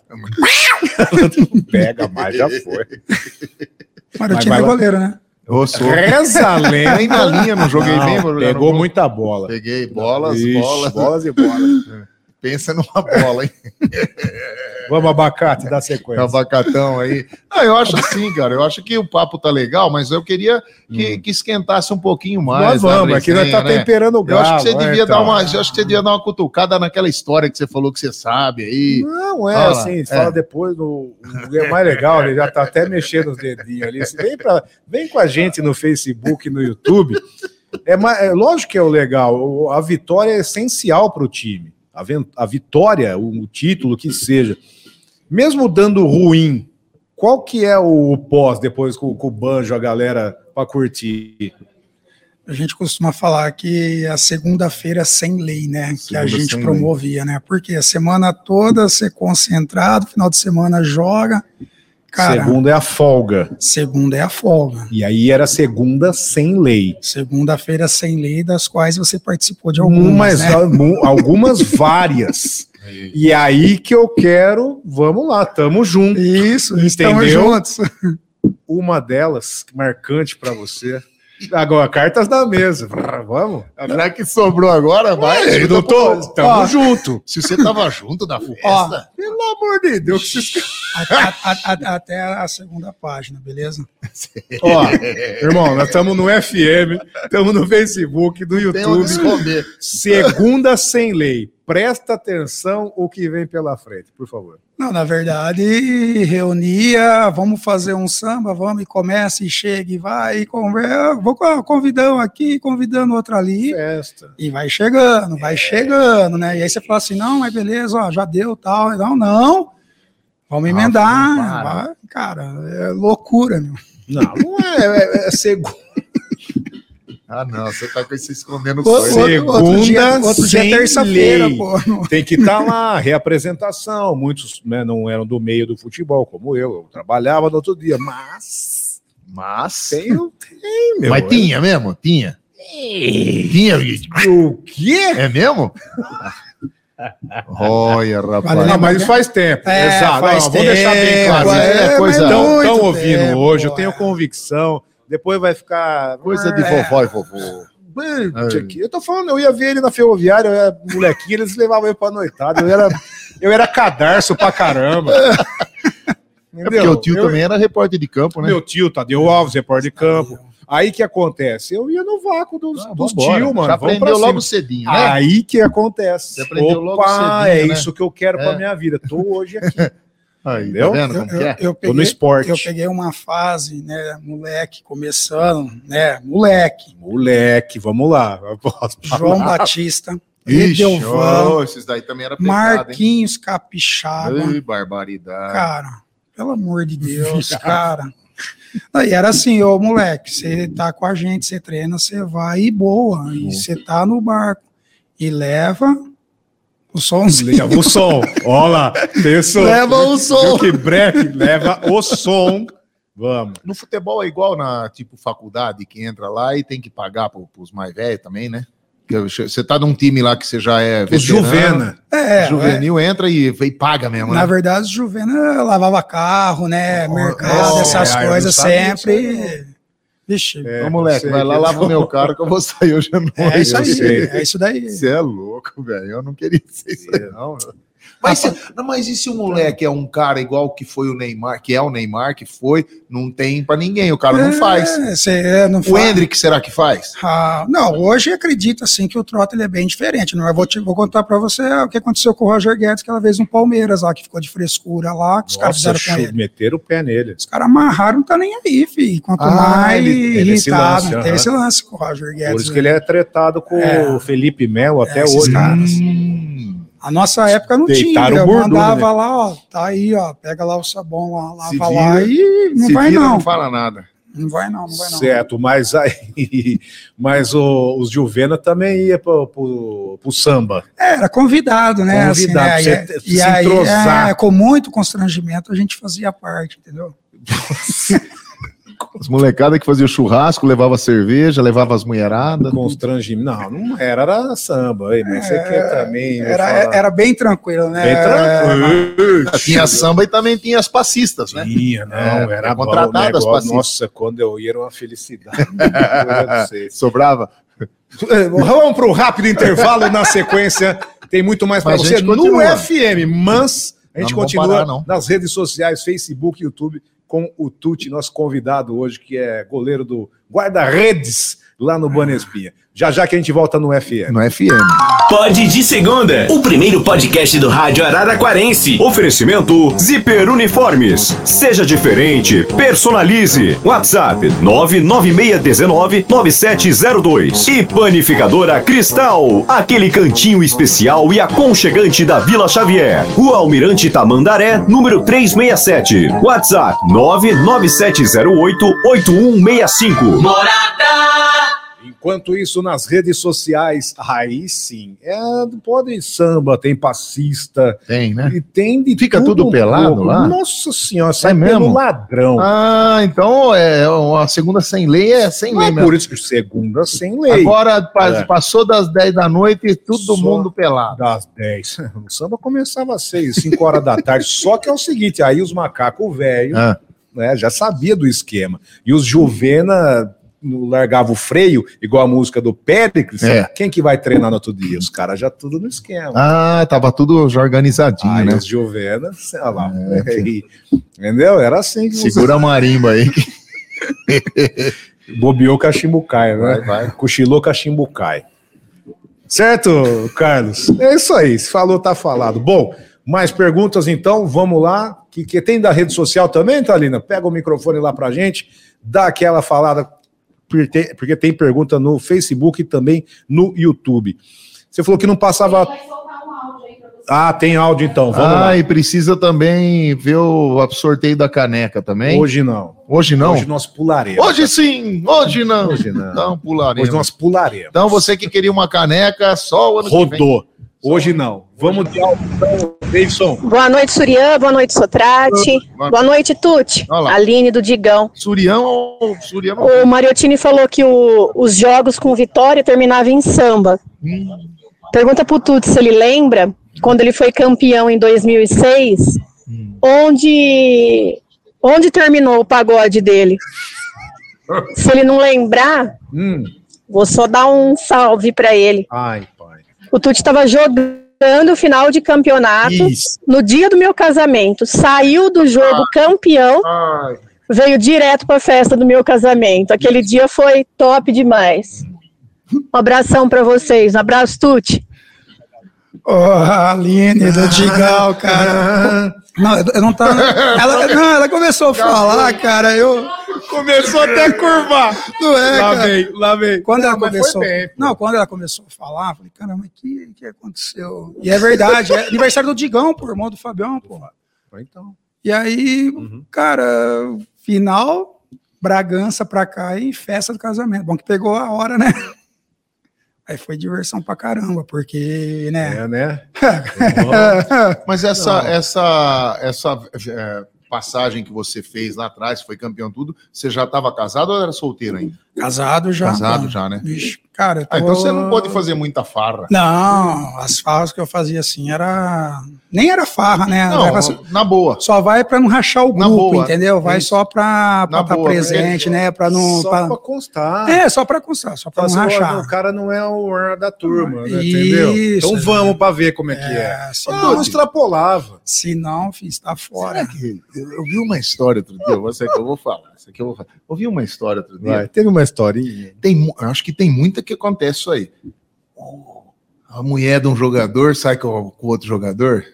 Speaker 5: Não [LAUGHS] pega mais, já foi.
Speaker 6: Mas o
Speaker 5: Mas
Speaker 6: time
Speaker 5: vai
Speaker 6: é
Speaker 5: lá.
Speaker 6: goleiro, né?
Speaker 5: um-
Speaker 4: Eu sou.
Speaker 5: Reza a lenda.
Speaker 4: Nem na linha, não joguei
Speaker 5: Não,
Speaker 4: bem. vou jogar
Speaker 5: pegou
Speaker 4: no-
Speaker 5: muita bola.
Speaker 4: Peguei bolas,
Speaker 5: Ixi,
Speaker 4: bolas.
Speaker 5: bolas e bolas.
Speaker 4: [LAUGHS] Pensa numa
Speaker 5: [LAUGHS]
Speaker 4: bola, hein?
Speaker 5: Vamos, abacate, dá
Speaker 4: Com
Speaker 5: sequência.
Speaker 4: Abacatão aí. Ah, eu acho assim, cara. Eu acho que o papo tá legal, mas eu queria que, que esquentasse um pouquinho mais.
Speaker 5: Hum. Nós vamos,
Speaker 4: a
Speaker 5: aqui nós
Speaker 4: resenha, né?
Speaker 5: tá temperando o
Speaker 4: Eu
Speaker 5: galo.
Speaker 4: acho que você
Speaker 5: né,
Speaker 4: devia dar
Speaker 5: então.
Speaker 4: uma. Eu acho que você devia dar uma cutucada naquela história que você falou que você sabe aí.
Speaker 5: Não, é
Speaker 4: Fala,
Speaker 5: assim,
Speaker 4: é.
Speaker 5: fala depois, no, no- é mais legal, ele já tá até mexendo os dedinhos ali. Se Vem, pra, vem com a gente no Facebook, no YouTube. É, ma- é lógico que é o legal, o- a vitória é essencial para o time. A, ven- a vitória, o, o título, o que seja. Mesmo dando ruim, qual que é o, pós depois com, com o banjo, a galera, para curtir?
Speaker 6: A gente costuma falar que a segunda-feira sem lei, né? que a
Speaker 5: Segunda
Speaker 6: gente
Speaker 5: sem
Speaker 6: promovia, né? Porque a semana toda ser concentrado, final de semana joga. Cara, segunda,
Speaker 5: Segunda é a folga.
Speaker 6: é a folga.
Speaker 5: E aí era segunda sem lei.
Speaker 6: Segunda-feira é sem lei, das quais você participou de algumas,
Speaker 5: Umas,
Speaker 6: né?
Speaker 5: algu- algumas várias. E aí que eu quero, vamos lá, tamo junto.
Speaker 6: Isso, então, estamos
Speaker 5: Entendeu?
Speaker 6: juntos.
Speaker 5: Uma delas, marcante pra você. Agora, cartas da mesa. Vamos?
Speaker 4: Já é que sobrou agora, vai.
Speaker 5: Ei, É, doutor, tamo
Speaker 6: Ó.
Speaker 5: junto.
Speaker 4: Se você tava junto da festa,
Speaker 5: Pelo amor de Deus, que vocês
Speaker 6: A- a- a- até a segunda página, beleza?
Speaker 5: Ó, irmão, nós estamos no FM, estamos no Facebook,
Speaker 6: um
Speaker 5: no
Speaker 4: tem onde
Speaker 5: YouTube.
Speaker 4: esconder.
Speaker 5: Segunda sem lei. Presta atenção o que vem pela frente, por favor.
Speaker 6: Não, na verdade, reunia, vamos fazer um samba, vamos, e começa, e chega, e vai, e conversa, vou co- convidando aqui, convidando outro ali,
Speaker 5: Festa.
Speaker 6: e vai chegando, vai chegando, né? E aí você fala assim, não, mas beleza, ó, já deu, tal, não, não, vamos emendar, vai, cara, é loucura, meu.
Speaker 5: Não, não é, é, é segunda.
Speaker 4: Ah, não, você tá com esse escondendo
Speaker 5: Ô,
Speaker 4: coisa.
Speaker 5: ô,
Speaker 6: dia,
Speaker 5: Segunda
Speaker 6: outro dia
Speaker 5: sem
Speaker 6: terça-feira,
Speaker 5: lei.
Speaker 6: pô.
Speaker 5: Tem que estar lá, reapresentação. Muitos né, não eram do meio do futebol, como eu. Eu trabalhava no outro dia, mas
Speaker 4: Mas.
Speaker 5: tenho, tem, meu.
Speaker 4: Mas tinha mesmo? Tinha. Tinha, gente.
Speaker 5: O quê?
Speaker 4: É mesmo? Olha,
Speaker 6: Valeu.
Speaker 4: rapaz.
Speaker 5: Ah, mas isso faz tempo.
Speaker 6: É, faz
Speaker 5: vamos deixar bem
Speaker 6: tempo,
Speaker 5: claro.
Speaker 4: é,
Speaker 5: coisa
Speaker 4: mas
Speaker 5: tão,
Speaker 6: muito
Speaker 5: tão ouvindo
Speaker 6: tempo,
Speaker 5: hoje, eu
Speaker 6: é.
Speaker 5: tenho convicção. Depois vai ficar.
Speaker 4: Coisa de
Speaker 6: É.
Speaker 4: vovó e vovô. É.
Speaker 5: Gente, aqui. Eu tô falando, eu ia ver ele na ferroviária, eu era molequinho, eles levavam eu pra noitada. Eu era, eu era cadarço pra caramba.
Speaker 4: É porque o tio
Speaker 5: Eu-
Speaker 4: também era repórter de campo, né?
Speaker 5: Meu tio, Tadeu Alves, repórter de campo. Aí que acontece? Eu ia no vácuo dos,
Speaker 4: Ah,
Speaker 5: dos
Speaker 4: vambora.
Speaker 5: tio, mano.
Speaker 4: Já
Speaker 5: vamos
Speaker 4: aprendeu
Speaker 5: pra
Speaker 4: logo
Speaker 5: cima. Ah,
Speaker 4: cedinho, né?
Speaker 5: Aí que acontece.
Speaker 4: Você aprendeu logo
Speaker 5: é
Speaker 4: cedinho, né?
Speaker 5: isso que eu quero pra
Speaker 4: É.
Speaker 5: minha vida. Tô hoje aqui.
Speaker 4: Aí,
Speaker 5: Entendeu?
Speaker 4: Tá vendo
Speaker 6: Eu,
Speaker 4: como que é?
Speaker 6: eu- eu
Speaker 5: Tô no
Speaker 6: peguei-
Speaker 5: esporte.
Speaker 6: Eu peguei uma fase, né, moleque, começando, né, moleque.
Speaker 5: Moleque, vamos lá. Eu posso
Speaker 6: João
Speaker 5: falar.
Speaker 6: Batista, Edelvan,
Speaker 4: ô, esses daí também era hein?
Speaker 6: Marquinhos Capixaba.
Speaker 4: Ai, barbaridade.
Speaker 6: Cara, pelo amor de Deus, cara. Aí era assim, ô moleque, você tá com a gente, você treina, você vai e boa. E você tá no barco. E leva o somzinho.
Speaker 5: Leva o som. Olha lá. Tem o som.
Speaker 4: Leva o
Speaker 5: Viu
Speaker 4: é som.
Speaker 5: que breque? Leva o som. Vamos.
Speaker 4: No futebol é igual na, tipo, faculdade, que entra lá e tem que pagar pro, pros mais velhos também, né? Que eu- Você tá num time lá que você já é veterano,
Speaker 6: É, é.
Speaker 4: Juvenil entra e, e paga mesmo, né?
Speaker 6: Na verdade, o Juvena lavava carro, né? mercado,
Speaker 4: é,
Speaker 6: essas
Speaker 5: eu não
Speaker 6: coisas
Speaker 5: sabia disso aí,
Speaker 6: sempre. Vixe,
Speaker 5: É,
Speaker 4: Ô, moleque,
Speaker 5: eu sei
Speaker 4: vai lá,
Speaker 5: que-
Speaker 4: lava o meu carro que eu vou sair hoje à noite.
Speaker 6: é isso
Speaker 5: eu
Speaker 6: aí,
Speaker 5: sei.
Speaker 6: é isso daí.
Speaker 4: Você é louco, velho. Eu não queria ser isso aí, não. meu. É. Mas, se- não, mas e se o moleque é um cara igual que foi o Neymar, que é o Neymar, que foi, não tem pra ninguém, o cara não faz.
Speaker 6: É, cê- é, não
Speaker 4: O
Speaker 6: faz.
Speaker 4: Hendrick, será que faz?
Speaker 6: Ah, não, hoje acredito assim que o Trota ele é bem diferente. Não, eu vou, te- vou contar pra você ah, o que aconteceu com o Roger Guedes aquela vez no Palmeiras lá, que ficou de frescura lá, que os caras
Speaker 5: Nossa,
Speaker 6: fizeram com
Speaker 5: chu-
Speaker 6: ele.
Speaker 5: meteram o pé nele.
Speaker 6: Os caras amarraram, não tá nem aí, filho. Quanto
Speaker 5: Ah,
Speaker 6: mais
Speaker 5: ele teve esse
Speaker 6: irritado, né?
Speaker 5: lance,
Speaker 6: teve
Speaker 5: aham.
Speaker 6: esse lance com o Roger Guedes.
Speaker 5: Por isso que ele é tretado com
Speaker 6: É.
Speaker 5: o Felipe Melo até
Speaker 6: esses
Speaker 5: hoje.
Speaker 6: caras.
Speaker 4: Hum,
Speaker 6: A nossa época não tinha,
Speaker 5: Deitaram
Speaker 6: eu
Speaker 5: o gordura,
Speaker 6: mandava lá, ó, tá aí, ó, pega lá o sabão lá, lava
Speaker 4: Se
Speaker 6: lá e não
Speaker 4: se
Speaker 6: vai
Speaker 4: vira,
Speaker 6: não.
Speaker 4: não fala nada.
Speaker 6: Não vai não, não vai não.
Speaker 5: Certo, mas aí. [LAUGHS] Mas o, os Juvena também ia pro, pro, pro samba.
Speaker 6: É, Era convidado, né?
Speaker 5: Convidado,
Speaker 6: assim, né?
Speaker 5: pra você
Speaker 6: E,
Speaker 5: se
Speaker 6: aí,
Speaker 5: entrosar.
Speaker 6: é, com muito constrangimento, a gente fazia parte, entendeu?
Speaker 4: As molecadas que faziam churrasco, levava cerveja, levava as mulheradas.
Speaker 5: Constrangimento. Não, não era, era samba. Aí, mas você quer
Speaker 4: É,
Speaker 5: também. eu
Speaker 6: Era,
Speaker 5: falar.
Speaker 6: era bem tranquilo, né?
Speaker 5: Bem tranquilo.
Speaker 4: Tinha samba e também tinha as passistas, né?
Speaker 5: Tinha, não,
Speaker 4: É,
Speaker 5: era bom,
Speaker 4: contratado
Speaker 5: negócio-
Speaker 4: as passistas.
Speaker 5: Nossa, quando eu ia era uma felicidade. [LAUGHS] Eu não sei.
Speaker 4: É, Sobrava.
Speaker 5: Vamos para um rápido intervalo na sequência. Tem muito mais para
Speaker 4: Mas a
Speaker 5: você
Speaker 4: gente
Speaker 5: no
Speaker 4: continua.
Speaker 5: FM, mas a gente
Speaker 4: Não vamos
Speaker 5: continua
Speaker 4: parar, não.
Speaker 5: nas redes sociais, Facebook, YouTube, com o Tuti, nosso convidado hoje, que é goleiro do guarda-redes lá no Banespinha. Já já que a gente volta no FM.
Speaker 4: No FM.
Speaker 3: Pode de segunda, o primeiro podcast do rádio Araraquarense. Oferecimento Zipper Uniformes. Seja diferente, personalize. WhatsApp 996199702. E Panificadora Cristal, aquele cantinho especial e aconchegante da Vila Xavier. Rua Almirante Tamandaré, número 367. WhatsApp 997088165.
Speaker 5: Em Quanto isso, nas redes sociais, aí sim, é, pode samba, tem passista,
Speaker 4: Tem, né?
Speaker 5: e tem de
Speaker 4: Fica tudo
Speaker 5: um
Speaker 4: pelado
Speaker 5: pouco.
Speaker 4: lá? É
Speaker 5: Nossa senhora, sai
Speaker 4: mesmo?
Speaker 5: pelo ladrão.
Speaker 4: Ah, então é uma segunda sem lei é sem
Speaker 5: Não
Speaker 4: lei
Speaker 5: é
Speaker 4: mesmo.
Speaker 5: por isso que segunda sem lei.
Speaker 4: Agora pa-
Speaker 5: É.
Speaker 4: passou das 10 da noite e todo
Speaker 5: Só-
Speaker 4: mundo pelado.
Speaker 5: Das 10. [LAUGHS] O samba começava às 6, 5 horas da tarde. Só que é o seguinte, aí os macacos velhos
Speaker 4: Ah.
Speaker 5: né, já sabia do esquema. E os Juvena no- largava o freio, igual a música do Péricles.
Speaker 4: É.
Speaker 5: Quem que vai treinar no outro dia? Os caras já tudo no esquema.
Speaker 4: Ah, tava tudo já organizadinho,
Speaker 5: Aí
Speaker 4: né? É,
Speaker 5: os Juvena, sei lá. e- [LAUGHS] entendeu? Era assim que os
Speaker 4: Segura a marimba aí.
Speaker 5: bobeou cachimbucai, né? Cochilou cachimbucai. Certo, Carlos? É isso aí. Se falou, tá falado. Bom, mais perguntas então, vamos lá. Que, que tem da rede social também, Thalina? Pega o microfone lá pra gente, dá aquela falada, porque, porque tem pergunta no Facebook e também no YouTube. Você falou que não passava.
Speaker 8: Vai soltar um áudio aí pra você.
Speaker 5: Ah, tem áudio então, vamos
Speaker 4: ah, e precisa também ver o sorteio da caneca
Speaker 5: lá.
Speaker 4: também. Hoje,
Speaker 5: Hoje não.
Speaker 4: não?
Speaker 5: Hoje
Speaker 4: Hoje,
Speaker 5: nós pularemos.
Speaker 4: sim, hoje não.
Speaker 5: Hoje não.
Speaker 4: Então pularemos.
Speaker 5: Hoje nós pularemos.
Speaker 4: Então você que queria uma caneca, só um. o ano que vem.
Speaker 5: Rodou. Hoje não. Vamos de áudio então, Davidson.
Speaker 9: Boa noite, Surian. Boa noite, Sotrate.
Speaker 4: Boa-
Speaker 9: Boa noite, Tuti.
Speaker 4: Olha lá. Tá
Speaker 9: Aline do Digão.
Speaker 4: Surião ou Surião?
Speaker 9: O Mariottini falou que o- os jogos com vitória terminavam em samba.
Speaker 4: Hum.
Speaker 9: Pergunta pro Tuti se ele lembra quando ele foi campeão em 2006,
Speaker 4: Hum.
Speaker 9: onde, onde terminou o pagode
Speaker 4: [LAUGHS]
Speaker 9: dele. Se ele não lembrar,
Speaker 5: Hum.
Speaker 9: vou só dar um salve pra ele.
Speaker 5: Ai, pai.
Speaker 9: O Tuti estava jogando o final de campeonato
Speaker 5: Isso.
Speaker 9: no dia do meu casamento. Saiu do jogo campeão, veio direto para a festa do meu casamento. Aquele dia foi top demais. Um abração para vocês, um abraço, Tuti.
Speaker 6: Ô, Aline do Digal, cara. Não, eu não tava.
Speaker 7: [LAUGHS]
Speaker 6: Ela, não, ela começou a falar, cara. Eu.
Speaker 7: Começou até a curvar.
Speaker 6: Não é,
Speaker 7: Lá
Speaker 6: cara.
Speaker 7: vem, lá vem.
Speaker 6: Quando ela
Speaker 7: mas foi
Speaker 6: começou.
Speaker 7: bem, pô.
Speaker 6: Não, quando ela começou a falar, eu falei, caramba, o que, que aconteceu? E é verdade, é aniversário do Digão, pô, irmão do Fabião, pô.
Speaker 5: Então.
Speaker 6: E aí,
Speaker 7: Uhum.
Speaker 6: cara, final, Bragança pra cá e festa do casamento. Bom que pegou a hora, né? Aí foi diversão pra caramba, porque, né?
Speaker 5: É, né? [LAUGHS]
Speaker 4: Mas essa, essa, essa é, passagem que você fez lá atrás, foi campeão tudo, você já estava casado ou era solteiro ainda?
Speaker 6: Casado já.
Speaker 4: Casado
Speaker 6: mano.
Speaker 4: já, né?
Speaker 6: Vixe, cara, eu
Speaker 4: Ah, então
Speaker 6: tô-
Speaker 4: você não pode fazer muita farra.
Speaker 6: Não, as farras que eu fazia assim era. Nem era farra, né?
Speaker 4: Não,
Speaker 6: Era só-
Speaker 4: na boa.
Speaker 6: Só vai pra não rachar o
Speaker 4: Na
Speaker 6: grupo,
Speaker 4: boa,
Speaker 6: entendeu? Vai
Speaker 4: isso.
Speaker 6: só pra
Speaker 4: Na
Speaker 6: estar tá
Speaker 4: boa,
Speaker 6: presente,
Speaker 4: porque-
Speaker 6: né? Pra não.
Speaker 5: Só
Speaker 6: pra-
Speaker 5: pra constar.
Speaker 6: É, só pra constar, só pra
Speaker 5: Fala
Speaker 6: não
Speaker 5: assim,
Speaker 6: rachar.
Speaker 5: "Olha, o cara não é o ar da turma, né?
Speaker 6: Isso,
Speaker 5: entendeu? Então
Speaker 6: né?
Speaker 5: vamos pra ver como é que é.
Speaker 6: É, se
Speaker 5: Ah,
Speaker 6: não,
Speaker 5: não extrapolava.
Speaker 6: se não, filho, está fora.
Speaker 4: que eu, eu vi uma história outro dia, você que eu vou falar, isso aqui eu vou falar. Ouvi uma história outro dia.
Speaker 5: teve uma historinha.
Speaker 4: Tem, mu- eu acho que tem muita que acontece isso aí. O- A mulher de um jogador sai com, com outro jogador.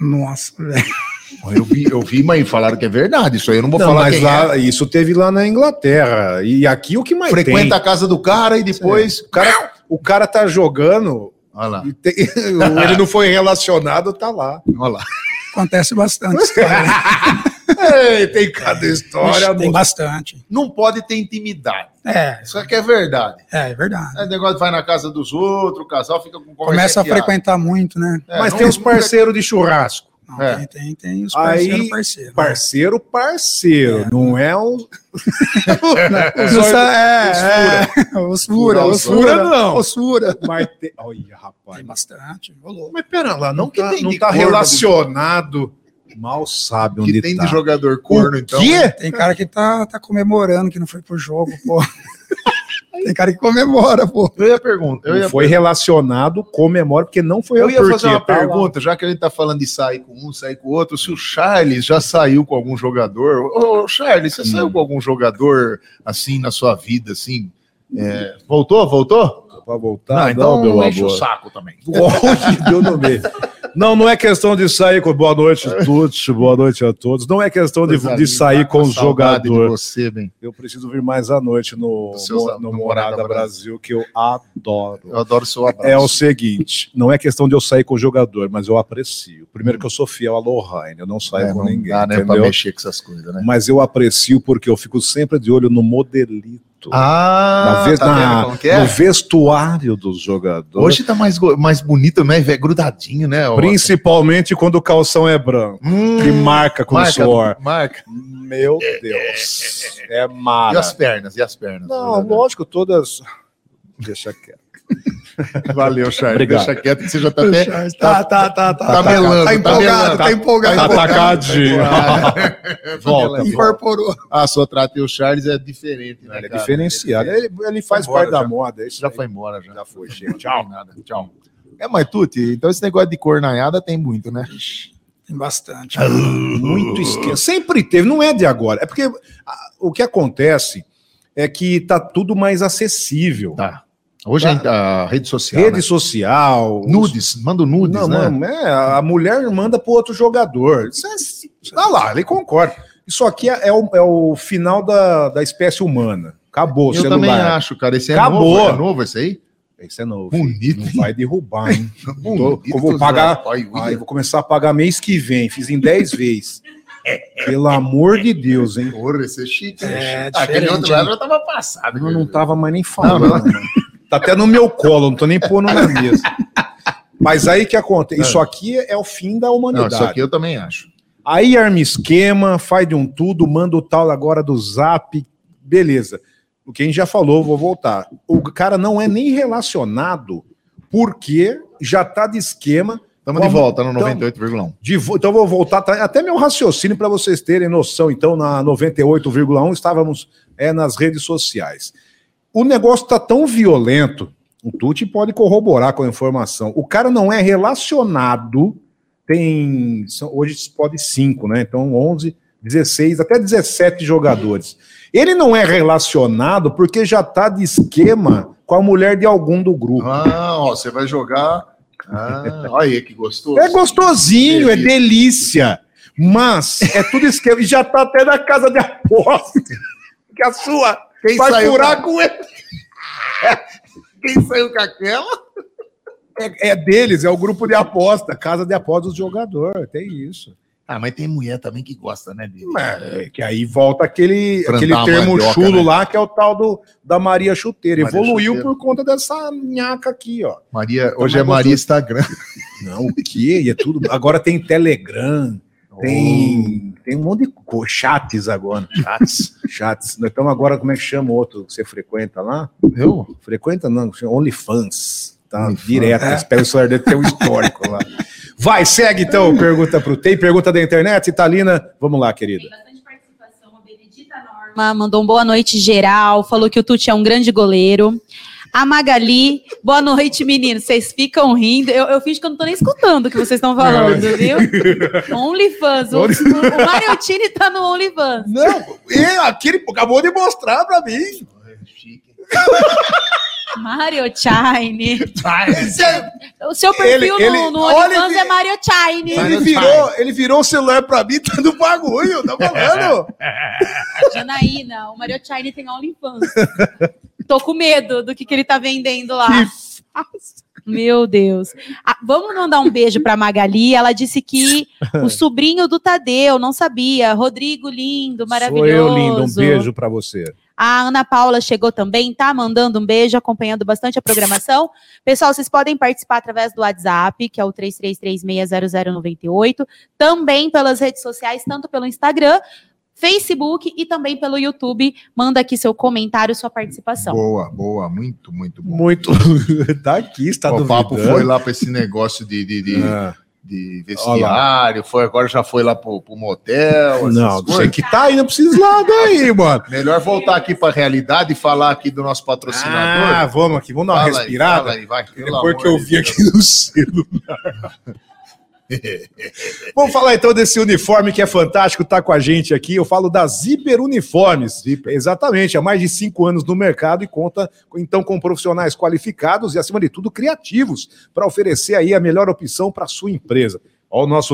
Speaker 6: Nossa, velho. [LAUGHS]
Speaker 4: Eu vi, eu vi, mas falaram que é verdade. Isso aí eu não vou
Speaker 5: Não,
Speaker 4: falar
Speaker 5: mas
Speaker 4: quem é.
Speaker 5: lá, isso teve lá na Inglaterra. E aqui o que mais
Speaker 4: Frequenta
Speaker 5: tem?
Speaker 4: a casa do cara e depois.
Speaker 5: O cara, o cara tá jogando,
Speaker 4: Olha lá,
Speaker 5: e tem- [LAUGHS] ele não foi relacionado, tá lá.
Speaker 4: olha lá. [LAUGHS]
Speaker 6: Acontece bastante. História.
Speaker 5: Ei, tem cada história.
Speaker 6: Ixi, tem
Speaker 5: moço.
Speaker 6: bastante.
Speaker 4: Não pode ter intimidade.
Speaker 6: É,
Speaker 4: Isso aqui é verdade.
Speaker 6: é, é verdade.
Speaker 4: É negócio vai na casa dos outros, o casal fica com
Speaker 6: Começa a
Speaker 4: fiada.
Speaker 6: frequentar muito, né?
Speaker 4: É,
Speaker 5: Mas
Speaker 4: não-
Speaker 5: tem os parceiros de churrasco.
Speaker 6: Não,
Speaker 4: É.
Speaker 6: tem, tem, tem os parceiros, né?
Speaker 5: Aí,
Speaker 6: parceiros.
Speaker 5: parceiro, parceiro, não é [LAUGHS] um.
Speaker 6: É, é, osfura, osfura,
Speaker 5: não.
Speaker 6: osfura.
Speaker 5: Mas te- Olha, rapaz.
Speaker 6: Tem bastante, rolou.
Speaker 5: Mas pera lá, não, que
Speaker 4: tá-
Speaker 5: tem
Speaker 4: não
Speaker 5: de
Speaker 4: tá
Speaker 5: corno
Speaker 4: relacionado.
Speaker 5: de- Mal sabe
Speaker 4: Que
Speaker 5: onde
Speaker 4: tem
Speaker 5: tá.
Speaker 4: de jogador corno,
Speaker 5: o
Speaker 4: então.
Speaker 5: quê?
Speaker 6: Tem cara que tá, tá comemorando que não foi pro jogo,
Speaker 5: [LAUGHS]
Speaker 6: pô. Tem cara que comemora, pô.
Speaker 4: Eu ia perguntar. Eu
Speaker 5: Não
Speaker 4: ia,
Speaker 5: foi relacionado, comemora, porque não foi
Speaker 4: eu ia
Speaker 5: porque
Speaker 4: fazer uma
Speaker 5: tá lá.
Speaker 4: pergunta, já que a gente tá falando de sair com um, sair com o outro, se o Charles já saiu com algum jogador. Ô, Charles, você
Speaker 5: Hum.
Speaker 4: saiu com algum jogador assim na sua vida, assim? É, voltou? Voltou? então,
Speaker 5: Pra voltar, Tá, não, então, meu
Speaker 4: enche o
Speaker 5: [LAUGHS] amor.
Speaker 4: saco também.
Speaker 5: Onde deu no meio. Não, não é questão de sair com boa noite a todos, boa noite a todos. Não é questão de, de sair com os jogadores.
Speaker 4: você, bem.
Speaker 5: Eu preciso vir mais à noite no,
Speaker 4: Dos seus
Speaker 5: no, no
Speaker 4: namorada
Speaker 5: Morada
Speaker 4: Brasil.
Speaker 5: Brasil, que eu adoro.
Speaker 4: Eu adoro seu abraço.
Speaker 5: é o seguinte, não é questão de eu sair com o jogador, mas eu aprecio. Primeiro que eu sou fiel a Lorraine, eu não saio
Speaker 4: É,
Speaker 5: com
Speaker 4: não
Speaker 5: ninguém,
Speaker 4: dá, né, pra
Speaker 5: entendeu?
Speaker 4: mexer com essas coisas, né?
Speaker 5: Mas eu aprecio porque eu fico sempre de olho no modelito Exato.
Speaker 4: Ah,
Speaker 5: na vez,
Speaker 4: tá
Speaker 5: na-
Speaker 4: vendo como que é?
Speaker 5: No vestuário dos jogadores.
Speaker 4: Hoje tá mais, go- mais bonito, né? É grudadinho, né? ó.
Speaker 5: Principalmente quando o calção é branco.
Speaker 4: Hum,
Speaker 5: Que marca com
Speaker 4: marca,
Speaker 5: o suor.
Speaker 4: Marca.
Speaker 5: Meu Deus. É
Speaker 4: E
Speaker 5: mara.
Speaker 4: as pernas, e as pernas.
Speaker 5: Não, lógico, todas. Deixa quieto.
Speaker 4: Valeu, Charles.
Speaker 5: Obrigado.
Speaker 4: Deixa quieto que você já tá até... Tá,
Speaker 6: Tá, tá, tá, tá.
Speaker 4: tá melando,
Speaker 5: tá
Speaker 4: melando.
Speaker 5: empolgado, tá empolgado. Tá atacadinho.
Speaker 4: [LAUGHS]
Speaker 5: Volta.
Speaker 4: Incorporou. Ah, só trata e o Charles é diferente, né,
Speaker 5: Ele é
Speaker 4: cara?
Speaker 5: diferenciado.
Speaker 4: Ele-
Speaker 5: Ele, ele faz
Speaker 4: Vambora,
Speaker 5: parte da
Speaker 4: já.
Speaker 5: moda. é
Speaker 4: Isso
Speaker 5: Isso
Speaker 4: já
Speaker 5: daí.
Speaker 4: foi embora, já.
Speaker 5: Já foi, chega. Tchau.
Speaker 4: Nada, tchau. É, mas Tuti, então esse negócio de cornaiada tem muito, né?
Speaker 6: Tem bastante.
Speaker 5: Muito esquema. Sempre teve, não é de agora. É porque ah, o que acontece é que tá tudo mais acessível.
Speaker 4: Tá. Hoje a, a rede social,
Speaker 5: Rede
Speaker 4: né?
Speaker 5: social. os-
Speaker 4: Nudes, manda o nudes,
Speaker 5: Não,
Speaker 4: né?
Speaker 5: mano, é, a mulher manda pro outro jogador. Isso é, tá lá, ele concorda. Isso aqui é, é o, é o final da, da espécie humana. Acabou o
Speaker 4: Eu também
Speaker 5: celular.
Speaker 4: acho, cara. Esse é
Speaker 5: Acabou.
Speaker 4: novo, é novo esse aí?
Speaker 5: Isso é novo.
Speaker 4: Bonito,
Speaker 5: Não vai derrubar, hein?
Speaker 4: [LAUGHS] Bonito, né?
Speaker 5: eu vou pagar-
Speaker 4: Zé. Ai, ui.
Speaker 5: Ai, vou começar a pagar mês que vem. Fiz em 10 vezes. Pelo amor de Deus, hein?
Speaker 4: Porra, esse é chique.
Speaker 6: É,
Speaker 4: Ah, Aquele
Speaker 6: diferente,
Speaker 4: outro lado já tava passado.
Speaker 5: Eu
Speaker 4: cara.
Speaker 5: não tava mais nem falando. mano. Tá até no meu colo, não tô nem pondo na mesa. Mas aí que acontece? Isso aqui é o fim da
Speaker 4: Não,
Speaker 5: humanidade.
Speaker 4: isso aqui é- eu também acho.
Speaker 5: Aí arma esquema, faz de um tudo, manda o tal agora do zap, beleza. O que a gente já falou, vou voltar. O cara não é nem relacionado porque já tá de esquema.
Speaker 4: Tamo
Speaker 5: Como-
Speaker 4: de volta no
Speaker 5: Tamo.
Speaker 4: 98,1.
Speaker 5: de vo- Então vou voltar atrás- até meu raciocínio para vocês terem noção. Então na 98,1 estávamos é, nas redes sociais. O negócio tá tão violento, o Tuti pode corroborar com a informação. O cara não é relacionado tem. são- hoje pode cinco, né? Então, 11, 16, até 17 jogadores. Ele não é relacionado porque já está de esquema com a mulher de algum do grupo.
Speaker 4: Ah, ó, você vai jogar. Ah, olha aí que gostoso.
Speaker 5: É gostosinho, é delícia. Mas é tudo esquema. E já tá até na casa de aposta. Que a sua
Speaker 4: Quem
Speaker 5: vai
Speaker 4: saiu
Speaker 5: furar
Speaker 4: com-
Speaker 5: com ele.
Speaker 4: Quem saiu com aquela?
Speaker 5: É, é deles, é o grupo de aposta. Casa de aposta do jogador. Tem isso.
Speaker 4: Ah, mas tem mulher também que gosta, né, dele?
Speaker 5: Mas, é que aí volta aquele,
Speaker 4: Plantar
Speaker 5: aquele
Speaker 4: uma
Speaker 5: termo
Speaker 4: mandioca,
Speaker 5: chulo
Speaker 4: né?
Speaker 5: lá, que é o tal do, da Maria Chuteira.
Speaker 4: Maria
Speaker 5: Evoluiu
Speaker 4: Chuteira.
Speaker 5: por conta dessa nhaca aqui, ó.
Speaker 4: Maria,
Speaker 5: Então
Speaker 4: hoje
Speaker 5: é
Speaker 4: é Maria Instagram.
Speaker 5: Não, o quê? E é tudo. Agora tem Telegram, tem, tem um monte de co- chats agora. Chats. chats. Nós estamos agora, como é que chama o outro que você frequenta lá?
Speaker 4: Oh, Eu?
Speaker 5: Frequenta não, chama OnlyFans. Tá
Speaker 4: OnlyFans.
Speaker 5: direto. Você Pega o celular dele, tem um histórico lá. Vai, segue então, pergunta pro Tem, pergunta da internet, Italina. Vamos lá, querida.
Speaker 8: bastante participação. A Então, Benedita Norma mandou um boa noite geral, falou que o Tuti é um grande goleiro. A Magali, boa noite, meninos. Vocês ficam rindo. Eu, eu finjo que eu não tô nem escutando o que vocês estão falando,
Speaker 5: É.
Speaker 8: viu? OnlyFans. O, o Mariotini tá no OnlyFans.
Speaker 5: Não, é, aquele acabou de mostrar pra mim.
Speaker 8: Mariotine.
Speaker 5: Ele,
Speaker 8: O seu perfil
Speaker 5: Ele- ele-
Speaker 8: no, no
Speaker 5: olha
Speaker 8: OnlyFans
Speaker 5: ele-
Speaker 8: é Mariotine.
Speaker 5: virou, ele virou o celular pra mim, [LAUGHS] tá no bagulho, tá falando.
Speaker 8: Janaína, o Mariotine tem OnlyFans. Tô com medo do que, que ele tá vendendo lá. Meu Deus. Ah, vamos mandar um beijo pra Magali. Ela disse que o sobrinho do Tadeu, não sabia. Rodrigo, lindo,
Speaker 5: Sou
Speaker 8: maravilhoso.
Speaker 5: eu, lindo. Um beijo pra você.
Speaker 8: A Ana Paula chegou também, tá mandando um beijo, acompanhando bastante a programação. Pessoal, vocês podem participar através do WhatsApp, que é o 33360098, também pelas redes sociais, tanto pelo Instagram, Facebook e também pelo YouTube. Manda aqui seu comentário, sua participação.
Speaker 4: Então. Boa, boa, muito, muito bom.
Speaker 5: Muito. [LAUGHS] tá É. aqui, está Ah.
Speaker 4: o
Speaker 5: do
Speaker 4: papo foi lá para esse negócio de, de, de, de vestiário, foi, agora já foi lá pro, pro motel. essas
Speaker 5: Não,
Speaker 4: coisas.
Speaker 5: você que tá aí, não precisa ir lá daí, mano.
Speaker 4: Melhor voltar aqui para a realidade e falar aqui do nosso patrocinador.
Speaker 5: Ah, vamos aqui, vamos
Speaker 4: Fala aí, fala aí, vai, pelo
Speaker 5: Depois
Speaker 4: amor
Speaker 5: que eu
Speaker 4: de
Speaker 5: vi
Speaker 4: Deus.
Speaker 5: aqui
Speaker 4: [LAUGHS]
Speaker 5: no celular. Vamos falar então desse uniforme que é fantástico, tá com a gente aqui. Eu falo da Zíper Uniformes. Exatamente, há mais de cinco anos no mercado e conta então com profissionais qualificados e, acima de tudo, criativos para oferecer aí a melhor opção para sua empresa. Olha o nosso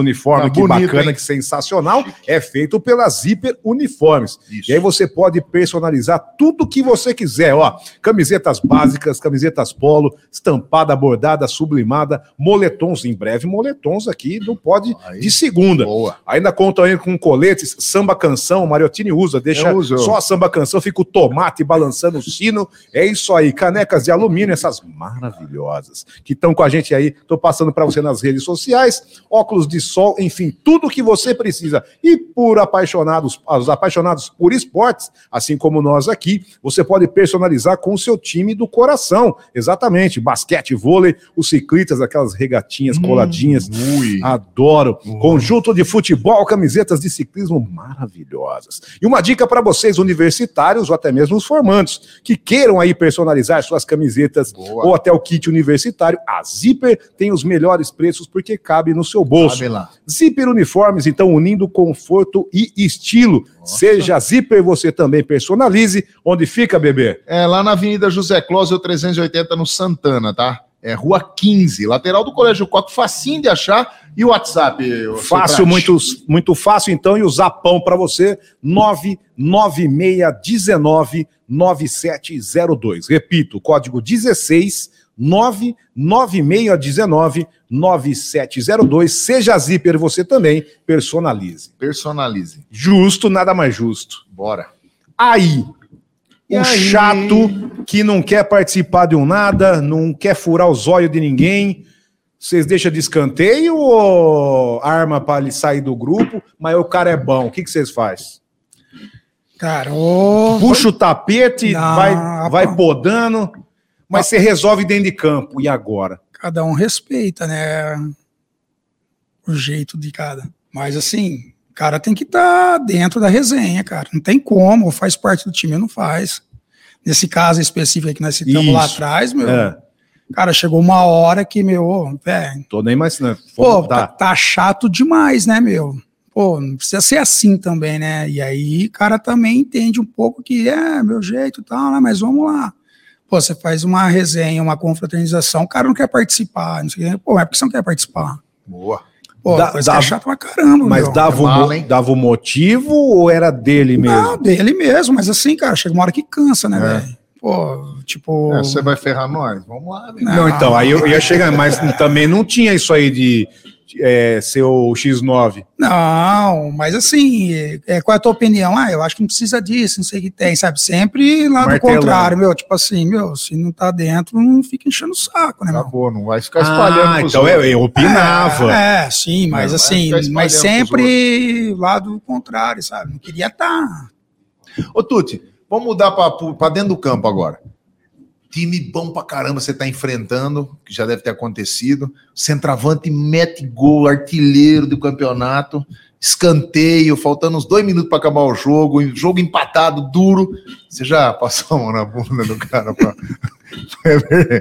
Speaker 4: Tá
Speaker 5: uniforme, que
Speaker 4: bonito,
Speaker 5: bacana,
Speaker 4: hein?
Speaker 5: que sensacional. É feito pela Zipper Uniformes.
Speaker 4: Isso.
Speaker 5: E aí você pode personalizar tudo que você quiser. Ó, camisetas básicas, camisetas polo, estampada, bordada, sublimada, moletons. Em breve, moletons aqui do Pod
Speaker 4: Aí.
Speaker 5: de segunda.
Speaker 4: Boa.
Speaker 5: Ainda conta aí com coletes, samba canção, o Mariottini usa, deixa
Speaker 4: Eu uso.
Speaker 5: só a samba canção, fica o tomate balançando o sino. É isso aí, canecas de alumínio, essas maravilhosas que estão com a gente aí. Tô passando para você nas redes sociais, óculos de sol, enfim, tudo que você precisa. E por apaixonados, os apaixonados por esportes, assim como nós aqui, você pode personalizar com o seu time do coração. Exatamente, basquete, vôlei, os ciclistas, aquelas
Speaker 4: Hum.
Speaker 5: regatinhas coladinhas.
Speaker 4: Ui.
Speaker 5: Ah, Adoro. Conjunto de futebol, camisetas de ciclismo maravilhosas. E uma dica para vocês, universitários ou até mesmo os formandos, que queiram aí personalizar suas camisetas
Speaker 4: Boa.
Speaker 5: ou até o kit universitário, a Zipper tem os melhores preços porque cabe no seu bolso.
Speaker 4: Sabe lá.
Speaker 5: Zipper Uniformes, então, unindo conforto e estilo. Seja Zipper, você também personalize. Onde fica, bebê?
Speaker 4: É lá na Avenida José Clósio 380, no Santana, tá? É Rua 15, lateral do Colégio Coque, facinho de achar. E o WhatsApp? ô,
Speaker 5: Fácil,
Speaker 4: Socrates?
Speaker 5: muito, muito fácil, então, e o Zapão para você, 996199702. Repito, código 16 996199702. Seja zíper, você também personalize.
Speaker 4: Personalize.
Speaker 5: Justo, nada mais justo.
Speaker 4: Bora.
Speaker 5: Aí,
Speaker 4: E
Speaker 5: um
Speaker 4: aí?
Speaker 5: chato que não quer participar de um nada, não quer furar os olhos de ninguém. Vocês deixam de escanteio ou arma para ele sair do grupo? Mas o cara é bom. O que que vocês fazem?
Speaker 6: Cara, ô.
Speaker 5: Puxa o tapete,
Speaker 6: Não,
Speaker 5: vai, vai podando, mas você resolve dentro de campo. E agora?
Speaker 6: cada um respeita, né? O jeito de cada. Mas assim, o cara tem que estar dentro da resenha, cara. Não tem como, ou faz parte do time ou não faz. Nesse caso específico aí que nós citamos lá
Speaker 5: Isso.
Speaker 6: atrás, meu,
Speaker 5: É,
Speaker 6: cara, chegou uma hora que, meu, velho,
Speaker 5: tô nem mais. Né?
Speaker 6: pô, tá.
Speaker 5: tá.
Speaker 6: tá chato demais, né, meu? Pô, não precisa ser assim também, né? E aí, o cara também entende um pouco que é meu jeito e tal, né? Mas vamos lá. Pô, você faz uma resenha, uma confraternização, o cara não quer participar, não sei o quê. Pô, é porque você não quer participar.
Speaker 4: Boa.
Speaker 6: Pô,
Speaker 5: Dá-
Speaker 6: coisa que
Speaker 5: dá- um
Speaker 6: é chato pra caramba,
Speaker 5: Mas
Speaker 6: meu.
Speaker 5: dava, o mo-
Speaker 4: É Mala, hein?
Speaker 5: dava o motivo ou era dele mesmo?
Speaker 6: Não, Ah, dele mesmo, mas assim, cara, chega uma hora que cansa, né,
Speaker 4: É.
Speaker 6: velho? Pô, tipo.
Speaker 4: É, Você vai ferrar nós? Vamos lá, né? meu.
Speaker 5: Não, então, aí eu ia chegar, mas também não tinha isso aí de é, ser o X9.
Speaker 6: Não, mas assim, é, qual é a tua opinião? Ah, eu acho que não precisa disso, não sei o que tem, sabe? Sempre lá do
Speaker 5: Martelando.
Speaker 6: contrário, meu, tipo assim, meu, se não tá dentro, não fica enchendo o saco, né, meu?
Speaker 4: Acabou, não vai ficar espalhando.
Speaker 5: ah,
Speaker 4: pros
Speaker 5: então eu,
Speaker 4: outros.
Speaker 5: eu
Speaker 6: [LAUGHS]
Speaker 5: opinava.
Speaker 6: É, sim,
Speaker 4: É,
Speaker 6: mas
Speaker 4: vai
Speaker 6: assim,
Speaker 4: ficar espalhando
Speaker 6: mas
Speaker 4: pros
Speaker 6: sempre lá do contrário, sabe? Não queria tá, estar.
Speaker 4: Ô, Tuti, vamos mudar pra, pro- pra dentro do campo agora. Time bom pra caramba você tá enfrentando, que já deve ter acontecido. Centravante mete gol, artilheiro do campeonato. Escanteio, faltando uns dois minutos pra acabar o jogo. em- Jogo empatado, duro. Você já passou a mão na bunda do cara pra...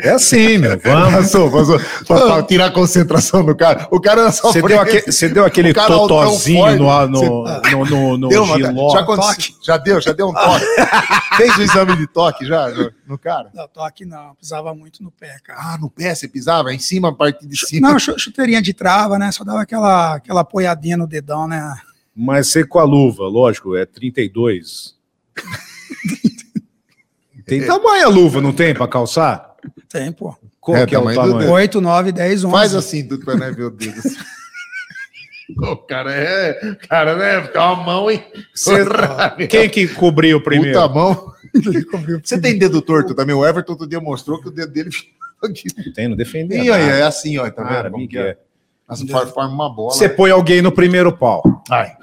Speaker 5: É assim, meu, vamos.
Speaker 4: Passou, passou. Pra, pra tirar a concentração do cara. O cara era só
Speaker 5: Você deu, aque- você deu aquele
Speaker 4: O cara altão
Speaker 5: totozinho
Speaker 4: forte,
Speaker 5: no, no, no, no,
Speaker 4: [LAUGHS]
Speaker 5: no
Speaker 4: Deu uma-
Speaker 5: giló.
Speaker 4: já, aconteceu- já deu, já deu um
Speaker 5: [LAUGHS]
Speaker 4: toque. Fez o exame de toque já no- no cara?
Speaker 6: Não, toque não, pisava muito no pé, cara.
Speaker 4: Ah, no pé você pisava? Em cima, a parte de cima.
Speaker 6: Não, chu- chuteirinha de trava, né? Só dava aquela, aquela apoiadinha no dedão, né?
Speaker 5: Mas você com a luva, lógico,
Speaker 4: [LAUGHS]
Speaker 5: é 32. Tem tamanho a luva, não tem, pra calçar?
Speaker 6: Tem, pô.
Speaker 5: Qual
Speaker 4: É,
Speaker 5: que é o
Speaker 4: tamanho do
Speaker 5: tamanho?
Speaker 4: dedo.
Speaker 6: 8, 9, 10,
Speaker 4: [LAUGHS]
Speaker 6: 11.
Speaker 4: Faz assim, tudo pra nós ver o dedo. [LAUGHS] assim. O cara é. o Cara, né? Fica uma mão, hein?
Speaker 5: Cê- Quem que cobriu primeiro?
Speaker 4: Puta mão. Você tem dedo torto também? O Everton outro dia mostrou que o dedo dele.
Speaker 5: Tem, não defendeu.
Speaker 4: E aí, é assim, ó. Tá
Speaker 5: Cara,
Speaker 4: vendo? Como
Speaker 5: me
Speaker 4: que é?
Speaker 5: quer.
Speaker 4: Mas for- forma uma bola.
Speaker 5: Você põe alguém no primeiro pau.
Speaker 4: Ai.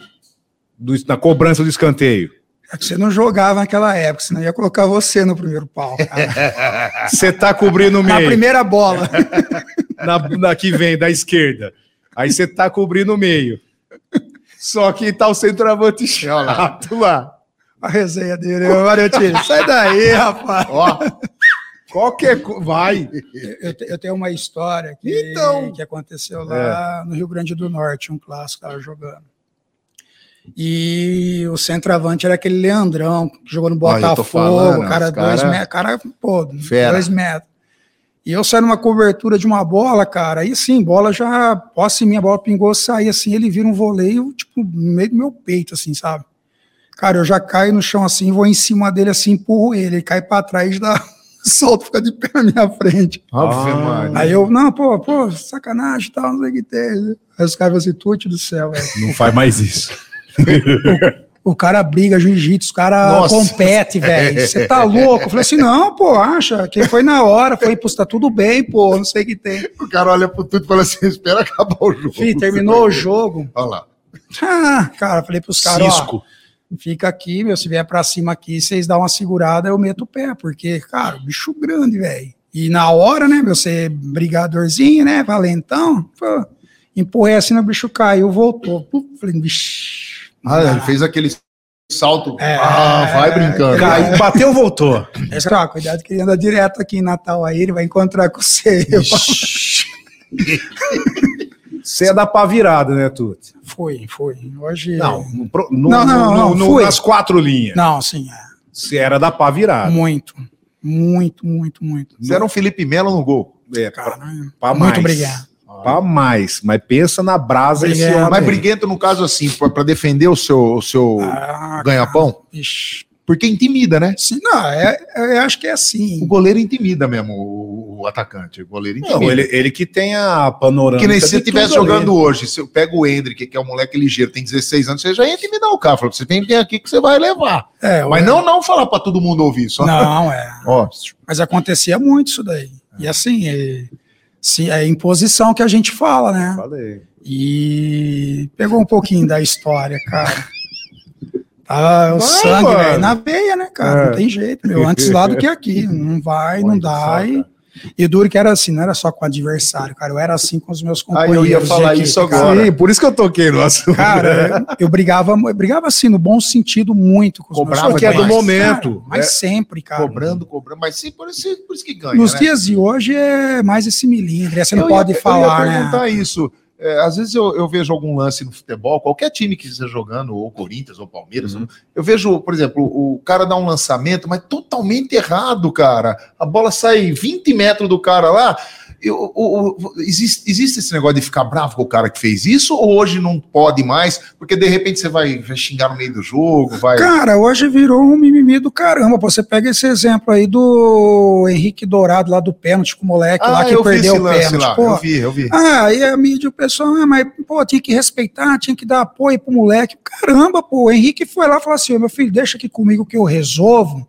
Speaker 5: do- na cobrança do escanteio.
Speaker 6: É que você não jogava naquela época, senão ia colocar você no primeiro pau, cara.
Speaker 5: Você tá cobrindo o
Speaker 6: Na
Speaker 5: meio,
Speaker 6: primeira bola. [LAUGHS]
Speaker 5: na, na que vem, da esquerda. Aí você tá cobrindo o meio. Só que tá o centroavante chato lá.
Speaker 6: A resenha dele. Ô, Mariotinho, sai daí, rapaz.
Speaker 4: Ó,
Speaker 5: Qualquer co... Vai.
Speaker 6: Eu, te- eu tenho uma história que,
Speaker 5: Então.
Speaker 6: que aconteceu
Speaker 4: É.
Speaker 6: lá no Rio Grande do Norte, um clássico que tava jogando. E o centroavante era aquele Leandrão, que jogou no
Speaker 4: Olha, eu tô
Speaker 6: Botafogo,
Speaker 4: falando,
Speaker 6: cara,
Speaker 4: os
Speaker 6: dois
Speaker 4: cara-
Speaker 6: metros, cara, pô,
Speaker 4: Fera.
Speaker 6: dois metros. E eu saí numa cobertura de uma bola, cara, aí sim, bola já, posse minha, bola pingou, saí assim, ele vira um voleio, tipo, no meio do meu peito, assim, sabe? Cara, eu já caio no chão assim, vou em cima dele assim, empurro ele, ele cai pra trás, dá, [LAUGHS] um solto, fica de pé na minha frente.
Speaker 4: Ave
Speaker 5: Ah.
Speaker 4: Maria.
Speaker 6: Aí eu, não, pô, pô, sacanagem e tal, não sei o que tem. Aí os caras falam assim, tute do céu, velho.
Speaker 5: Não faz mais isso.
Speaker 6: O cara briga, jiu-jitsu, o cara
Speaker 4: Nossa.
Speaker 6: compete, velho. Você tá louco? Eu falei assim, não, pô, acha, que foi na hora, foi, pô, tá tudo bem, pô, não sei o que tem.
Speaker 4: O cara olha pro tudo e fala assim: [LAUGHS] espera acabar o jogo.
Speaker 6: Fih, terminou o jogo.
Speaker 4: Olha lá.
Speaker 6: Ah, cara, falei pros caras, ó, fica aqui, meu, se vier pra cima aqui, vocês dão uma segurada, eu meto o pé, porque, cara, bicho grande, velho. E na hora, né, meu, você brigadorzinho, né, valentão, pô, empurrei assim, o bicho caiu, voltou. Pum, Falei, bicho.
Speaker 4: Ah, ele fez aquele salto.
Speaker 6: É.
Speaker 4: ah, vai brincando.
Speaker 5: Caiu, bateu, voltou.
Speaker 6: Aí eles falaram, ó, ah, cuidado que ele anda direto aqui em Natal aí, ele vai encontrar com você. Eu
Speaker 5: Você é da pá virada, né, Tuti?
Speaker 6: Fui, fui. Hoje.
Speaker 5: Não, no, pro- no-
Speaker 6: Não, não,
Speaker 5: no-
Speaker 6: não,
Speaker 5: no-
Speaker 6: fui.
Speaker 5: nas quatro linhas.
Speaker 6: Não, assim, é.
Speaker 5: Você era da pá virada.
Speaker 6: Muito. Muito, muito, muito.
Speaker 4: Você era um Felipe Melo no gol.
Speaker 5: É,
Speaker 6: Cara, né?
Speaker 5: pá
Speaker 6: Muito obrigado.
Speaker 5: Pá mais. Mas pensa na brasa desse
Speaker 6: Obrigado.
Speaker 5: homem.
Speaker 4: Mas briguento, no caso, assim, pra, pra defender o seu, o seu
Speaker 6: Ah,
Speaker 4: ganha-pão,
Speaker 6: Ixi.
Speaker 4: porque intimida, né?
Speaker 6: Sim, não, é, é- eu acho que é
Speaker 4: O
Speaker 6: assim.
Speaker 4: goleiro intimida mesmo, o, o atacante. O goleiro intimida.
Speaker 5: Não, ele, ele que tem a panorâmica.
Speaker 4: Que nem
Speaker 5: de
Speaker 4: se você
Speaker 5: tudo
Speaker 4: estivesse
Speaker 5: ali.
Speaker 4: jogando hoje, se eu pego o Hendrick, que é um moleque ligeiro, tem 16 anos, você já ia intimidar o cara. Falou, você tem alguém aqui que você vai levar.
Speaker 6: É,
Speaker 4: Mas não, não falar pra todo mundo ouvir, só.
Speaker 6: Não, é.
Speaker 4: Ó,
Speaker 6: Mas acontecia muito isso daí. E assim, é, sim, é imposição que a gente fala, né?
Speaker 5: Falei.
Speaker 6: E pegou um pouquinho da história,
Speaker 4: [LAUGHS]
Speaker 6: cara. Tava o
Speaker 5: Vai,
Speaker 6: sangue
Speaker 5: mano.
Speaker 6: velho, na veia, né, cara?
Speaker 5: É.
Speaker 6: Não tem jeito, meu. Antes lá do
Speaker 4: [LAUGHS]
Speaker 6: que aqui. Não vai, não
Speaker 5: Olha
Speaker 6: dá.
Speaker 5: só,
Speaker 6: E,
Speaker 5: cara.
Speaker 6: e duro que era assim, não era só com o adversário, cara. Eu era assim com os meus
Speaker 4: Aí
Speaker 6: companheiros.
Speaker 4: eu ia falar
Speaker 6: de
Speaker 4: isso
Speaker 6: equipe,
Speaker 4: agora.
Speaker 5: Sim, por isso que eu toquei no assunto.
Speaker 6: Cara, eu, eu brigava, mu- eu brigava assim, no bom sentido, muito com os
Speaker 4: Cobrava
Speaker 6: meus
Speaker 4: que é do
Speaker 6: companheiros.
Speaker 5: momento.
Speaker 6: Cara, mas
Speaker 5: É.
Speaker 6: sempre, cara.
Speaker 4: cobrando, cobrando. Mas sim, por isso, por isso que ganha.
Speaker 6: Nos
Speaker 4: né?
Speaker 6: dias de hoje é mais esse milímetro. aí Você não
Speaker 4: Eu ia-
Speaker 6: pode
Speaker 4: Eu ia
Speaker 6: falar, né?
Speaker 4: perguntar isso. É, às vezes eu, eu vejo algum lance no futebol, qualquer time que esteja jogando, ou Corinthians, ou Palmeiras,
Speaker 6: Uhum.
Speaker 4: eu vejo, por exemplo, o cara dá um lançamento, mas totalmente errado, cara. A bola sai 20 metros do cara lá. Eu, o- o- existe, existe esse negócio de ficar bravo com o cara que fez isso, ou hoje não pode mais, porque de repente você vai, vai xingar no meio do jogo, vai.
Speaker 6: Cara, hoje virou um mimimi do caramba. Pô, Você pega esse exemplo aí do Henrique Dourado lá do pênalti com o
Speaker 4: Ah,
Speaker 6: moleque lá que perdeu o pênalti. pô.
Speaker 4: eu vi, eu vi.
Speaker 6: Ah, aí a mídia, o pessoal, ah, mas pô, tinha que respeitar, tinha que dar apoio pro moleque. Caramba, pô, o Henrique foi lá e falou assim: "Ô, meu filho, deixa aqui comigo que eu resolvo.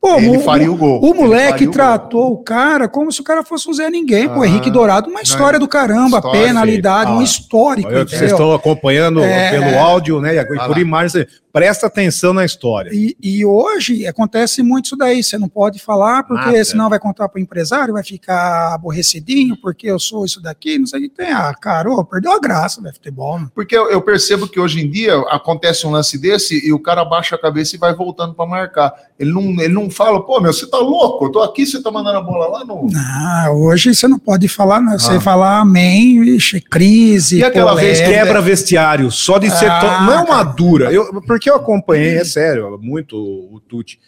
Speaker 6: Pô,
Speaker 4: ele
Speaker 6: o-
Speaker 4: faria o gol.
Speaker 6: o
Speaker 4: Ele
Speaker 6: moleque
Speaker 4: faria o gol.
Speaker 6: tratou o cara como se o cara fosse um Zé Ninguém, pô.
Speaker 4: Ah,
Speaker 6: Henrique Dourado, uma história do caramba,
Speaker 4: história,
Speaker 6: penalidade,
Speaker 5: filho.
Speaker 6: um
Speaker 5: Ah,
Speaker 6: histórico.
Speaker 5: Olha, vocês
Speaker 6: entendeu?
Speaker 5: estão acompanhando
Speaker 6: É.
Speaker 5: pelo áudio, né? E agora
Speaker 4: Vai
Speaker 5: por
Speaker 4: lá.
Speaker 5: imagem, você presta atenção na história.
Speaker 6: E, e hoje acontece muito isso daí. Você não pode falar, porque
Speaker 5: Nada.
Speaker 6: senão vai contar para o empresário, vai ficar aborrecidinho, porque eu sou isso daqui, não sei o que tem. Ah, cara, ô, perdeu a graça do futebol. né?
Speaker 4: Porque eu, eu percebo que hoje em dia acontece um lance desse e o cara abaixa a cabeça e vai voltando pra marcar. Ele não, ele não fala, pô, meu, você tá louco? Eu tô aqui, você tá mandando a bola lá no.
Speaker 6: Ah, hoje você não pode falar, não.
Speaker 5: Ah.
Speaker 6: Você falar amém, vixe, crise.
Speaker 4: E aquela vez
Speaker 6: polêmica.
Speaker 5: Quebra vestiário, só de ser.
Speaker 6: né? Ah,
Speaker 5: to- Não é uma dura. Eu, porque eu acompanhei, é sério, muito o, o Tuti.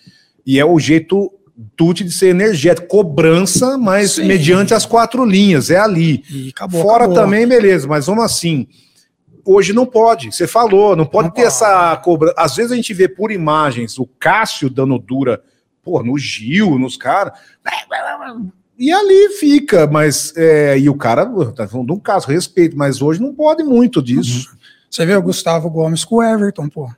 Speaker 5: E é o jeito Tuti de ser energético. Cobrança, mas
Speaker 6: Sim.
Speaker 5: mediante as quatro linhas, é ali.
Speaker 6: E acabou,
Speaker 5: Fora
Speaker 6: acabou.
Speaker 5: também, beleza, mas vamos assim. Hoje não pode, você falou, não pode
Speaker 6: Não
Speaker 5: ter
Speaker 6: pode.
Speaker 5: essa cobrança. Às vezes a gente vê por imagens o Cássio dando dura, pô, no Gil, nos caras. E ali fica, mas. é, e o cara, pô, tá falando de um caso, respeito, mas hoje não pode muito
Speaker 6: Uhum.
Speaker 5: disso.
Speaker 6: Você vê o Gustavo Gomes com o Everton, pô.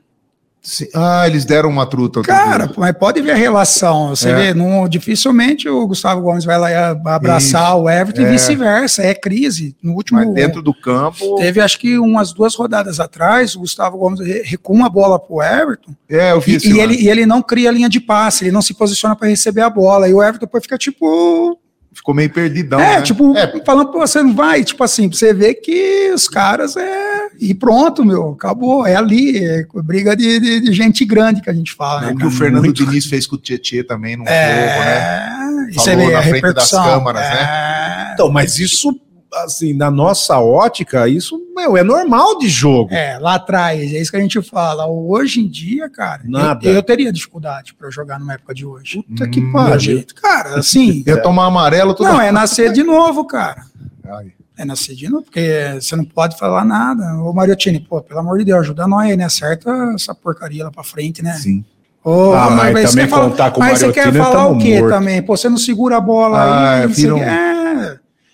Speaker 4: Ah, eles deram uma truta. outro
Speaker 6: Cara,
Speaker 4: dia.
Speaker 6: pô, é mas pode ver a relação. Você
Speaker 4: É.
Speaker 6: vê, não, dificilmente o Gustavo Gomes vai lá e abraçar o Everton e vice-versa. É crise. No último.
Speaker 4: mas dentro do campo.
Speaker 6: Teve acho que umas duas rodadas atrás, o Gustavo Gomes re- recua uma bola pro Everton
Speaker 4: É, eu vi esse
Speaker 6: e, e
Speaker 4: lance.
Speaker 6: ele, e ele não cria linha de passe, ele não se posiciona para receber a bola. E o Everton depois fica tipo.
Speaker 4: Ficou meio perdidão.
Speaker 6: é,
Speaker 4: né?
Speaker 6: tipo,
Speaker 4: É,
Speaker 6: falando, pô, você não vai? Tipo assim, pra você ver que os caras é. E pronto, meu, acabou. É ali, é briga de, de- de gente grande que a gente fala.
Speaker 4: o
Speaker 6: né,
Speaker 4: É, que o
Speaker 6: cara?
Speaker 4: Fernando
Speaker 6: [LAUGHS]
Speaker 4: Diniz fez com o Tietchan também num jogo, né?
Speaker 6: É, e você
Speaker 4: Falou
Speaker 6: vê
Speaker 4: na
Speaker 6: a
Speaker 4: frente das
Speaker 6: repercussão.
Speaker 4: câmaras, né?
Speaker 6: é,
Speaker 5: Então, mas isso assim, na nossa ótica, isso meu, é normal de jogo.
Speaker 6: É, lá atrás, é isso que a gente fala. Hoje em dia, cara, eu-
Speaker 5: Nada.
Speaker 6: Eu, teria dificuldade pra jogar numa época de hoje.
Speaker 5: Puta que
Speaker 6: Do meu jeito. Cara, assim.
Speaker 4: Ia tomar amarelo, tudo.
Speaker 6: Não, é nascer de novo, cara.
Speaker 4: Ai.
Speaker 6: É nascer de novo, porque você não pode falar nada. Ô, Mariotini, pô, pelo amor de Deus, ajuda nós aí, né? Acerta essa porcaria lá pra frente, né?
Speaker 4: Sim.
Speaker 6: Ô,
Speaker 5: Ah, mas
Speaker 6: você
Speaker 5: também
Speaker 6: quer falar-
Speaker 5: contar com o
Speaker 6: Mas você quer
Speaker 5: Mariottini,
Speaker 6: falar o
Speaker 5: tamo
Speaker 6: quê
Speaker 5: tá morto. um-
Speaker 6: também? Pô, você não segura a bola
Speaker 4: Ah,
Speaker 6: aí. você
Speaker 4: viram-
Speaker 6: quer- É.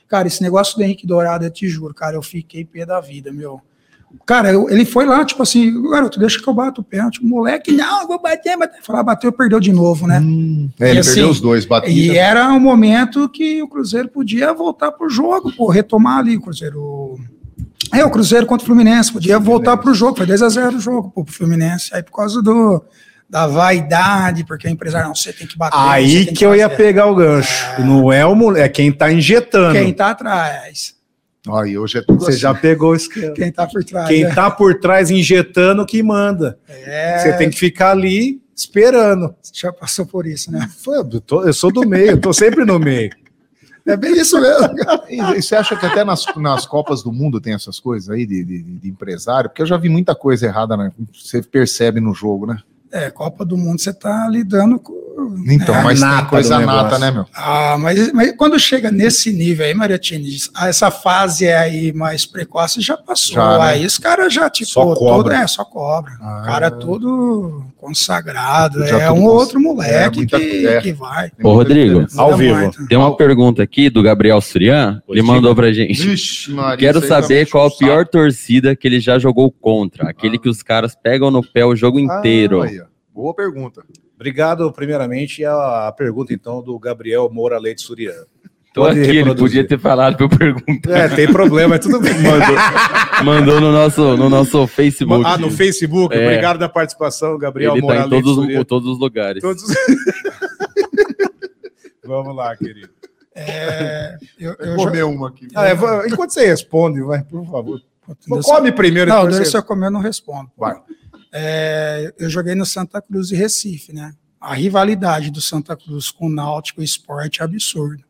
Speaker 6: Cara, esse negócio do Henrique Dourado, eu te juro, cara, eu fiquei pé da vida, meu. Cara, eu- ele foi lá, tipo assim, garoto, deixa que eu bato o pênalti. O moleque, não, eu vou bater, bater. Falar, bateu, perdeu de novo, né?
Speaker 4: É, ele
Speaker 6: E assim,
Speaker 4: perdeu os dois, batida.
Speaker 6: E era um momento que o Cruzeiro podia voltar pro jogo, pô, retomar ali o Cruzeiro. É, o Cruzeiro contra o Fluminense, podia voltar pro jogo, foi 2 a 0 o jogo, pô, pro Fluminense. Aí por causa do da vaidade, porque o empresário, não, você tem que bater. você
Speaker 5: Aí
Speaker 6: tem
Speaker 5: que eu ia
Speaker 6: fazer.
Speaker 5: pegar o gancho. Não é o moleque, é quem tá injetando.
Speaker 6: Quem tá atrás,
Speaker 4: Ai, hoje é tudo
Speaker 5: Você
Speaker 4: assim.
Speaker 5: já pegou o esquema.
Speaker 6: quem tá por trás.
Speaker 5: Quem
Speaker 6: né?
Speaker 5: tá por trás injetando que manda.
Speaker 6: É,
Speaker 5: Você tem que ficar ali esperando.
Speaker 6: já passou por isso, né?
Speaker 5: Foi, Eu, tô- eu sou do meio, eu tô sempre no meio.
Speaker 4: É bem isso mesmo. E você acha que até nas, nas Copas do Mundo tem essas coisas aí de, de- de empresário? Porque eu já vi muita coisa errada, né? Você percebe no jogo, né?
Speaker 6: É, Copa do Mundo você tá lidando com
Speaker 4: Então,
Speaker 5: É a
Speaker 4: mas
Speaker 5: nata
Speaker 4: tem coisa
Speaker 5: do negócio.
Speaker 4: nata, né, meu?
Speaker 6: Ah, mas, mas quando chega nesse nível aí, Mariotini, "Ah, essa fase é aí mais precoce já passou.
Speaker 4: Já, né?
Speaker 6: Aí os caras já, tipo,
Speaker 5: Só
Speaker 6: Tudo,
Speaker 5: cobra.
Speaker 6: é, só cobra.
Speaker 4: Ah.
Speaker 6: O cara tudo consagrado.
Speaker 4: Já
Speaker 6: é
Speaker 4: tudo
Speaker 6: um
Speaker 4: cons-
Speaker 6: outro moleque
Speaker 4: é, muita-
Speaker 6: que,
Speaker 4: é.
Speaker 6: que vai.
Speaker 10: Ô, Rodrigo,
Speaker 5: Ao vivo.
Speaker 10: tem uma pergunta aqui do Gabriel Surian. Ele mandou pra gente.
Speaker 4: Vixe, Maria,
Speaker 10: Quero
Speaker 4: isso aí tá
Speaker 10: saber
Speaker 4: muito
Speaker 10: qual a
Speaker 4: chato.
Speaker 10: pior torcida que ele já jogou contra. Aquele que os caras pegam no pé o jogo
Speaker 4: Ah,
Speaker 10: inteiro.
Speaker 4: aí, ó. Boa pergunta.
Speaker 5: Obrigado, primeiramente, a, a pergunta, então, do Gabriel Moura Leite Suriano.
Speaker 4: então
Speaker 10: Tô
Speaker 5: Pode
Speaker 10: aqui, ele
Speaker 5: reproduzir.
Speaker 10: podia ter falado pra eu perguntar.
Speaker 5: É, tem problema, é
Speaker 10: [LAUGHS]
Speaker 5: tudo bem.
Speaker 10: Mandou no nosso, no nosso Facebook.
Speaker 5: ah, no Facebook,
Speaker 10: É.
Speaker 5: obrigado da participação, Gabriel
Speaker 10: Ele
Speaker 5: Moura
Speaker 10: tá em
Speaker 5: Leite
Speaker 10: todos, os-
Speaker 5: Suriano.
Speaker 10: todos os lugares.
Speaker 5: Todos- [LAUGHS] Vamos lá, querido.
Speaker 6: Eu, eu
Speaker 4: Eu
Speaker 6: já-
Speaker 4: comer uma aqui.
Speaker 5: Ah, é, va- enquanto você responde, vai, por favor.
Speaker 6: Deus-
Speaker 5: Come primeiro,
Speaker 6: Não,
Speaker 5: depois
Speaker 6: Deus,
Speaker 5: você-
Speaker 6: se eu comer, eu não respondo.
Speaker 4: Vai.
Speaker 6: É, eu joguei no Santa Cruz e Recife, né? A rivalidade do Santa Cruz com o Náutico e o Esporte é absurda.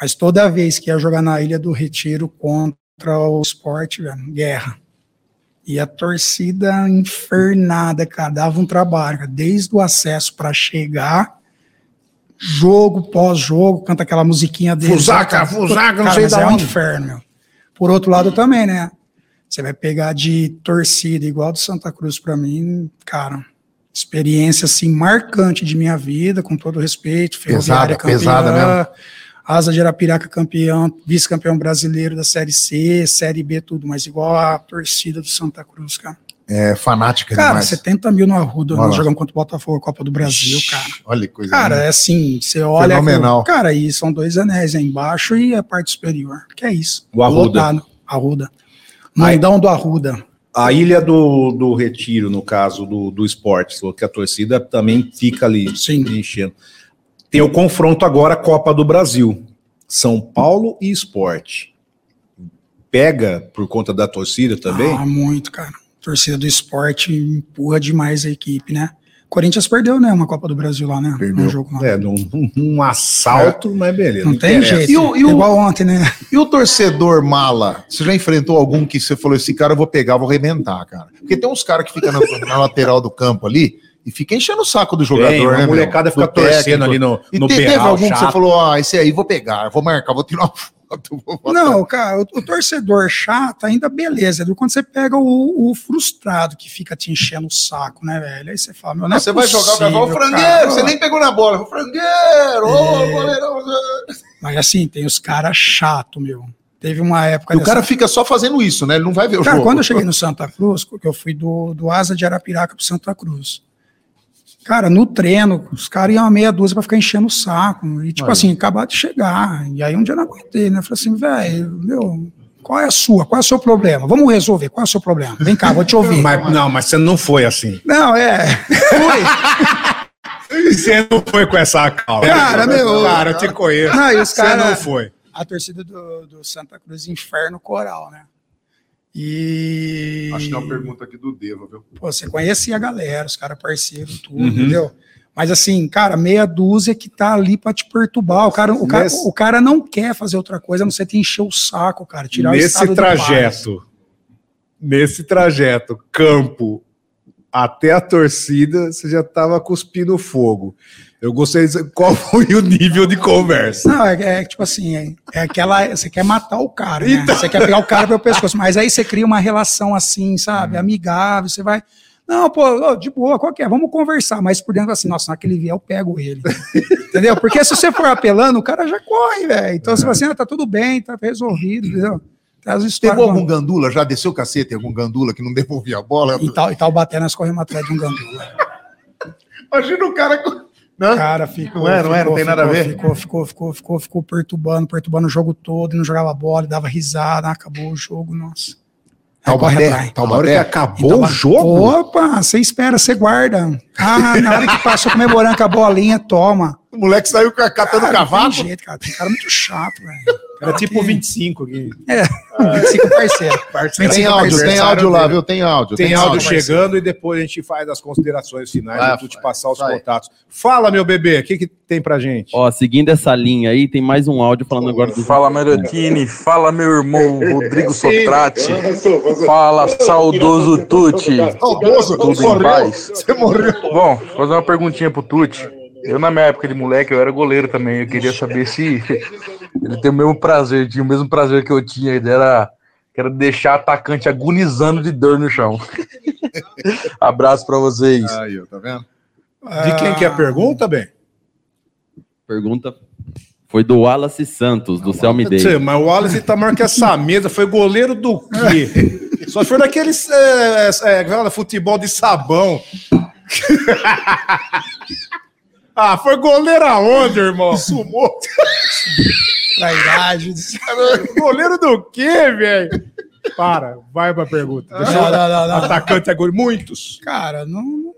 Speaker 6: Mas toda vez que ia jogar na Ilha do Retiro contra o Esporte, velho, guerra. E a torcida infernada, cara, dava um trabalho, cara, desde o acesso para chegar, jogo pós-jogo, canta aquela musiquinha dele.
Speaker 5: Fusaca, fusaca, não sei
Speaker 6: mas
Speaker 5: da
Speaker 6: é um
Speaker 5: onde.
Speaker 6: inferno, meu. Por outro lado também, né? Você vai pegar de torcida igual do Santa Cruz pra mim, cara. Experiência assim marcante de minha vida, com todo respeito. Ferroviária
Speaker 4: Pesada, pesada mesmo.
Speaker 6: Asa de Arapiraca campeão, vice-campeão brasileiro da Série C, Série B, tudo, mas igual a torcida do Santa Cruz, cara.
Speaker 4: É fanática
Speaker 6: Cara,
Speaker 4: demais.
Speaker 5: é
Speaker 6: 70 mil no Arruda,
Speaker 4: Olha lá.
Speaker 6: nós jogamos contra o Botafogo, Copa do Brasil, cara.
Speaker 4: Olha que coisa.
Speaker 6: Cara,
Speaker 4: linda.
Speaker 6: é assim, você olha.
Speaker 4: Fenomenal.
Speaker 6: cara, e são dois anéis, é embaixo e a parte superior. Que é isso.
Speaker 5: O Arruda.
Speaker 6: Lotado. Arruda. Mandão do Arruda.
Speaker 5: A ilha do, do Retiro, no caso do, do esporte, falou que a torcida também fica ali
Speaker 6: Sim.
Speaker 5: enchendo. Tem o confronto agora Copa do Brasil. São Paulo e esporte. Pega por conta da torcida
Speaker 4: tá
Speaker 5: também?
Speaker 6: Ah, muito, cara. Torcida do esporte empurra demais a equipe, né? Corinthians perdeu, né? Uma Copa do Brasil lá, né?
Speaker 4: Perdeu.
Speaker 6: Um jogo lá.
Speaker 5: é, num, um assalto,
Speaker 4: É.
Speaker 5: mas beleza.
Speaker 6: Não tem
Speaker 5: interessa.
Speaker 6: jeito.
Speaker 4: E o- e o-
Speaker 6: Igual ontem, né?
Speaker 4: E o torcedor mala? Você já enfrentou algum que você falou, esse cara eu vou pegar, vou arrebentar, cara? Porque tem uns caras que ficam na, [LAUGHS] na lateral do campo ali e fica enchendo o saco do jogador,
Speaker 5: Tem,
Speaker 4: né?
Speaker 5: a
Speaker 4: meu?
Speaker 5: molecada
Speaker 4: Do
Speaker 5: fica torcendo
Speaker 4: técnico.
Speaker 5: ali no,
Speaker 4: E
Speaker 5: no
Speaker 4: te- teve
Speaker 5: berral
Speaker 4: algum que
Speaker 5: chato.
Speaker 4: você falou, ah, esse aí vou pegar, vou marcar, vou tirar uma foto. Vou botar.
Speaker 6: Não, cara, o, o torcedor chato ainda beleza. viu? Quando você pega o, o frustrado que fica te enchendo o saco, né, velho? Aí você fala, meu, não é
Speaker 4: você vai jogar o
Speaker 6: possível,
Speaker 4: cavalo, frangueiro,
Speaker 6: cara.
Speaker 4: você nem pegou na bola, o frangueiro, ô, goleirão. ô.
Speaker 6: Mas assim, tem os caras chato, meu. Teve uma época.
Speaker 4: E o
Speaker 6: dessa-
Speaker 4: cara fica só fazendo isso, né? Ele não vai ver o
Speaker 6: Cara,
Speaker 4: jogo.
Speaker 6: quando eu cheguei no Santa Cruz, que eu fui do, do Asa de Arapiraca pro Santa Cruz. Cara, no treino, os caras iam a meia dúzia pra ficar enchendo o saco. E, tipo assim, acabar de chegar. E aí um dia eu não aguentei, né? Eu Falei assim, velho, meu, qual é a sua? Qual é o seu problema? Vamos resolver, qual é o seu problema? Vem cá, vou te ouvir.
Speaker 4: [LAUGHS]
Speaker 5: Mas, não, mas você não foi assim.
Speaker 6: Não, é.
Speaker 5: Você não foi com essa calma.
Speaker 6: Cara, meu-
Speaker 5: Cara, eu te conheço.
Speaker 6: Não, e os
Speaker 5: Você
Speaker 6: caras.
Speaker 5: não foi.
Speaker 6: a torcida do, do Santa Cruz Inferno Coral, né? E.
Speaker 4: é pergunta aqui do Deva, viu?
Speaker 5: Uhum.
Speaker 6: Pô, você conhecia a galera, os caras parceiros, tudo, entendeu? Mas assim, cara, meia dúzia que tá ali pra te perturbar. O cara, o cara,
Speaker 5: Nesse-
Speaker 6: o cara não quer fazer outra coisa, a não ser te encher o saco, cara. Tirar o estado
Speaker 5: nesse
Speaker 6: do bar.
Speaker 5: trajeto, nesse trajeto, campo até a torcida, você já tava cuspindo fogo. Eu gostaria de saber qual foi o nível de conversa.
Speaker 6: Não, é, é tipo assim, é, é aquela. Você quer matar o cara, né? Você quer pegar o cara pelo pescoço. Mas aí você cria uma relação assim, sabe? Amigável, você vai. Não, pô, ô, de boa, qual que é? Vamos conversar. Mas por dentro, assim, nossa, naquele vier eu pego ele. entendeu? Porque se você for apelando, o cara já corre, velho. Então você fala assim, ah, tá tudo bem, tá resolvido, entendeu? Traz histórias.
Speaker 4: Pegou algum gandula? Já desceu o cacete em algum gandula que não devolvia a bola?
Speaker 6: E tal, e tal batendo, nós corremos atrás de um gandula.
Speaker 4: Imagina o cara. com- Não?
Speaker 6: Cara, ficou.
Speaker 4: Não é, não é, não tem nada a ver.
Speaker 6: Ficou, ficou, ficou, ficou, ficou perturbando, perturbando o jogo todo, e não jogava bola, e dava risada, acabou o jogo, nossa.
Speaker 5: Tá
Speaker 6: Aí corre
Speaker 4: Taubaté,
Speaker 5: Na
Speaker 6: atrás.
Speaker 5: hora que
Speaker 4: Taubaté.
Speaker 5: acabou
Speaker 6: Então,
Speaker 5: o jogo,
Speaker 6: Opa, você espera, você guarda. Ah, na hora que passou comemorando com a bolinha, toma.
Speaker 4: O moleque saiu ca- catando
Speaker 6: Cara, não
Speaker 4: Tá cavaco.
Speaker 6: tem jeito, cara. Tem cara muito chato, velho.
Speaker 7: Era tipo 25 aqui.
Speaker 6: É, 25
Speaker 5: É,
Speaker 6: parceiro.
Speaker 4: Tem áudio, tem áudio lá, viu? Tem áudio.
Speaker 5: tem áudio
Speaker 4: parceiro.
Speaker 5: chegando e depois a gente faz as considerações finais,
Speaker 4: Ah,
Speaker 5: eu vou te passar os
Speaker 4: isso aí.
Speaker 5: contatos. Fala, meu bebê, o que, que tem pra gente?
Speaker 10: Ó, seguindo essa linha aí, tem mais um áudio falando agora do
Speaker 11: Fala Marotini, fala meu
Speaker 4: [LAUGHS]
Speaker 11: irmão Rodrigo Sotrate, fala saudoso Tuti.
Speaker 4: Saudoso,
Speaker 11: Tudo em
Speaker 4: morreu.
Speaker 11: paz.
Speaker 4: Você morreu.
Speaker 11: Bom, vou fazer uma perguntinha pro Tuti. Eu, na minha época de moleque, eu era goleiro também. Eu queria saber se [LAUGHS] ele tem o mesmo prazer, tinha o mesmo prazer que eu tinha. Ele era, que era deixar atacante agonizando de dor no chão. [LAUGHS] Abraço pra vocês.
Speaker 4: Aí, ó, tá vendo?
Speaker 5: De quem
Speaker 6: Ah.
Speaker 5: que é a pergunta, bem?
Speaker 10: pergunta foi do Wallace Santos, do Céu Me Dei.
Speaker 5: Tchê, mas o Wallace tá maior que essa mesa, foi goleiro do
Speaker 11: [LAUGHS]
Speaker 5: quê? Só se for daqueles é, é, é, fala, futebol de sabão. [LAUGHS] ah, foi goleiro aonde, irmão? Sumou.
Speaker 6: Trairagem.
Speaker 5: goleiro do quê, velho? Para, vai pra pergunta.
Speaker 6: Ah, Não, não, não, não.
Speaker 5: Atacante agora, muitos.
Speaker 6: Cara, não. não-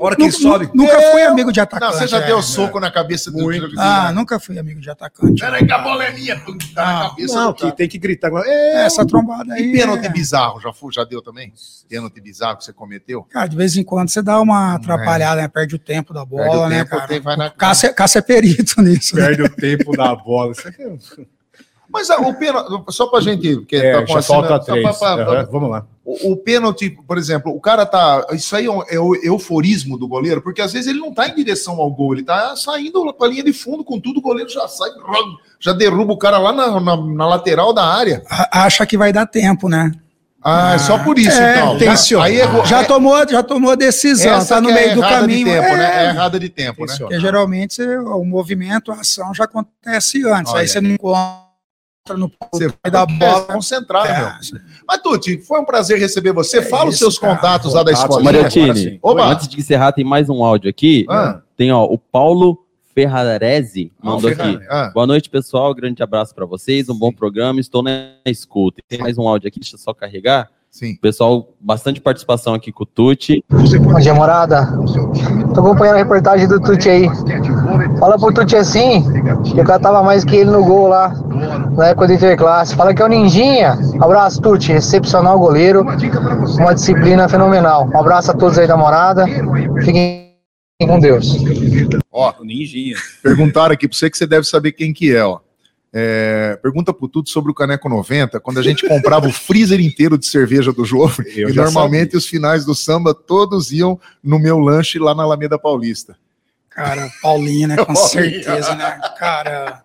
Speaker 5: A hora que ele
Speaker 6: nu-
Speaker 5: sobe.
Speaker 6: nu- Nunca fui amigo de
Speaker 4: Não,
Speaker 6: atacante.
Speaker 4: você já
Speaker 6: é.
Speaker 4: deu soco na cabeça do
Speaker 5: Muito.
Speaker 4: jogo.
Speaker 6: Ah, nunca fui amigo de atacante.
Speaker 4: Peraí, que a bola é minha. Pum, Tá na
Speaker 6: Ah,
Speaker 4: cabeça
Speaker 5: Não,
Speaker 4: do
Speaker 5: que
Speaker 4: cara.
Speaker 5: tem que gritar agora.
Speaker 6: É,
Speaker 5: É,
Speaker 6: Essa trombada aí.
Speaker 4: E pênalti
Speaker 6: é-
Speaker 4: bizarro, já, foi, já deu também? Pênalti bizarro que você cometeu?
Speaker 6: Cara, de vez em quando você dá uma atrapalhada, né? Perde o tempo da bola,
Speaker 4: É. Perde o
Speaker 6: né,
Speaker 4: tempo,
Speaker 6: cara?
Speaker 4: tem- vai na-
Speaker 6: Cássio, é- Cássio é perito [LAUGHS] nisso. né?
Speaker 5: perde o tempo da bola. Isso aqui é-
Speaker 4: Mas ah, o pênalti, só pra gente. Porque
Speaker 5: É,
Speaker 4: tá com
Speaker 5: já
Speaker 4: a cena-
Speaker 5: falta
Speaker 4: só
Speaker 5: três.
Speaker 4: pra- pra-
Speaker 5: Aham, Vamos lá.
Speaker 4: O, o pênalti, por exemplo, o cara tá. Isso aí é o, é o euforismo do goleiro, porque às vezes ele não tá em direção ao gol, ele tá saindo pra linha de fundo com tudo, o goleiro já sai, rum, já derruba o cara lá na, na- na lateral da área.
Speaker 6: A- Acha que vai dar tempo, né?
Speaker 4: Ah, é só por isso,
Speaker 6: É,
Speaker 4: então.
Speaker 6: tem-
Speaker 4: Já- aí é, go-
Speaker 6: já,
Speaker 4: é-
Speaker 6: tomou, já tomou a decisão,
Speaker 4: essa
Speaker 6: tá no
Speaker 4: que é
Speaker 6: meio do
Speaker 4: errada
Speaker 6: caminho.
Speaker 4: De tempo,
Speaker 6: é,
Speaker 4: né? É errada de tempo, né?
Speaker 6: Porque geralmente você- o movimento, a ação já acontece antes.
Speaker 4: Olha.
Speaker 6: Aí você não encontra no
Speaker 4: Você
Speaker 6: ponto da
Speaker 4: bola
Speaker 6: bola.
Speaker 4: concentrado, meu.
Speaker 6: Então, É,
Speaker 4: Mas, Tuti, foi um prazer receber você.
Speaker 6: É
Speaker 4: Fala os
Speaker 6: isso,
Speaker 4: seus
Speaker 6: cara.
Speaker 4: contatos lá da
Speaker 5: Contatos,
Speaker 4: escola.
Speaker 5: Maria-
Speaker 10: Mariotini,
Speaker 5: Agora sim.
Speaker 4: Oba!
Speaker 10: antes de encerrar, tem mais um áudio aqui.
Speaker 4: Ah.
Speaker 10: Tem, ó, o Paulo Ferrarese mandou
Speaker 4: Ah,
Speaker 10: aqui.
Speaker 4: ah.
Speaker 10: Boa noite, pessoal. Grande abraço pra vocês. Um bom programa. Estou na escuta. Tem mais um áudio aqui, deixa eu só carregar.
Speaker 4: Sim.
Speaker 10: Pessoal, bastante participação aqui com o Tuti.
Speaker 11: Bom dia, é morada. Tô acompanhando a reportagem do Tuti aí. Fala pro Tuti assim, que eu catava mais que ele no gol lá, na época do Interclasse. Fala que é o Ninjinha. Abraço, Tuti. Excepcional goleiro. Uma disciplina fenomenal. Um abraço a todos aí da morada. Fiquem com Deus.
Speaker 4: Ó,
Speaker 5: Ninjinha.
Speaker 4: Perguntaram aqui pra você que você deve saber quem que é, ó. É, pergunta pro tudo sobre o Caneco 90, quando a gente comprava o freezer inteiro de cerveja do Jofre,
Speaker 5: Eu
Speaker 4: e
Speaker 5: já
Speaker 4: normalmente os finais do samba todos iam no meu lanche lá na Alameda Paulista.
Speaker 6: cara, Paulinho, né?
Speaker 4: [LAUGHS]
Speaker 6: Com certeza, né? Cara,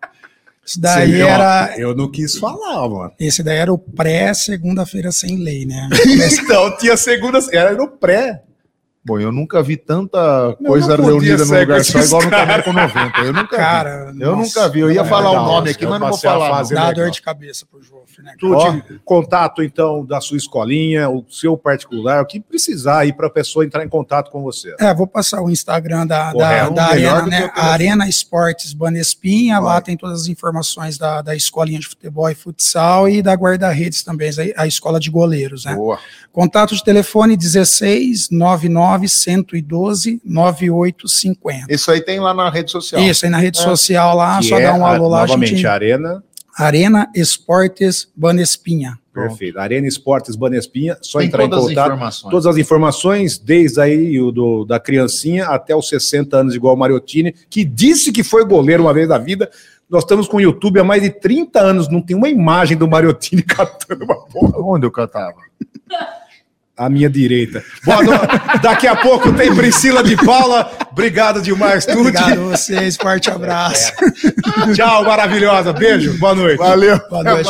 Speaker 6: isso daí
Speaker 5: Você viu, ó,
Speaker 6: era,
Speaker 5: Eu não quis falar, mano.
Speaker 6: Esse daí era o pré-segunda-feira sem lei, né?
Speaker 5: [LAUGHS] Então, tinha segunda. Era no pré.
Speaker 4: Bom, eu nunca vi tanta
Speaker 5: Não,
Speaker 4: coisa
Speaker 5: não podia
Speaker 4: reunida num
Speaker 5: sair com
Speaker 4: lugar só
Speaker 5: esses
Speaker 4: igual
Speaker 5: [LAUGHS]
Speaker 4: no
Speaker 5: cara.
Speaker 4: Caneco 90. Eu nunca vi.
Speaker 6: Cara,
Speaker 4: Eu
Speaker 6: nossa,
Speaker 4: nunca vi. Eu ia
Speaker 6: não,
Speaker 4: falar
Speaker 6: dá-
Speaker 4: o nome aqui,
Speaker 5: é eu
Speaker 4: mas não vou
Speaker 5: passei a
Speaker 4: falar.
Speaker 5: fase
Speaker 4: não.
Speaker 6: Dá
Speaker 5: legal.
Speaker 6: dor de cabeça pro Joffre, né?
Speaker 5: Tudo, contato, então, da sua escolinha, o seu particular, o que precisar aí para a pessoa entrar em contato com você.
Speaker 6: É, vou passar o Instagram da, da,
Speaker 5: Correto.
Speaker 6: da
Speaker 5: é um Melhor
Speaker 6: Arena,
Speaker 5: do que
Speaker 6: né?
Speaker 5: eu tenho.
Speaker 6: A Arena Esportes Banespinha, lá
Speaker 4: Vai.
Speaker 6: tem todas as informações da, da escolinha de futebol e futsal e da guarda-redes também, a- a escola de goleiros, né?
Speaker 4: Boa.
Speaker 6: Contato de telefone 16 99 112 9850.
Speaker 4: Isso aí tem lá na rede social.
Speaker 6: Isso, aí na rede social lá,
Speaker 5: Que
Speaker 6: só
Speaker 5: é
Speaker 6: dá um
Speaker 5: a-
Speaker 6: alô lá, a
Speaker 5: Novamente,
Speaker 6: gente...
Speaker 5: Arena
Speaker 6: Arena Esportes Banespinha.
Speaker 5: Perfeito. Arena Esportes Banespinha, só
Speaker 6: Tem
Speaker 5: entrar em
Speaker 6: todas as
Speaker 5: contato.
Speaker 6: informações.
Speaker 5: Todas as informações, desde aí o do, da criancinha até os 60 anos, igual o Mariottini, que disse que foi goleiro uma vez na vida. Nós estamos com o YouTube há mais de 30 anos, não tem uma imagem do Mariottini [LAUGHS] catando uma bola.
Speaker 4: Onde eu catava?
Speaker 5: À minha direita. Boa noite. Daqui a pouco tem Priscila de Paula. Obrigado demais, tudo. É.
Speaker 6: Obrigado a vocês, forte abraço.
Speaker 5: Tchau, maravilhosa. Beijo, boa noite.
Speaker 4: Valeu.
Speaker 5: [LAUGHS]
Speaker 6: Boa noite.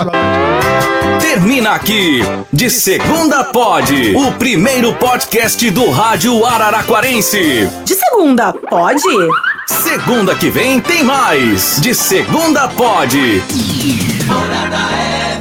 Speaker 3: Termina aqui. De segunda pode. O primeiro podcast do rádio araraquarense.
Speaker 2: De segunda, pode?
Speaker 3: Segunda que vem tem mais. De segunda pode.
Speaker 1: Morada é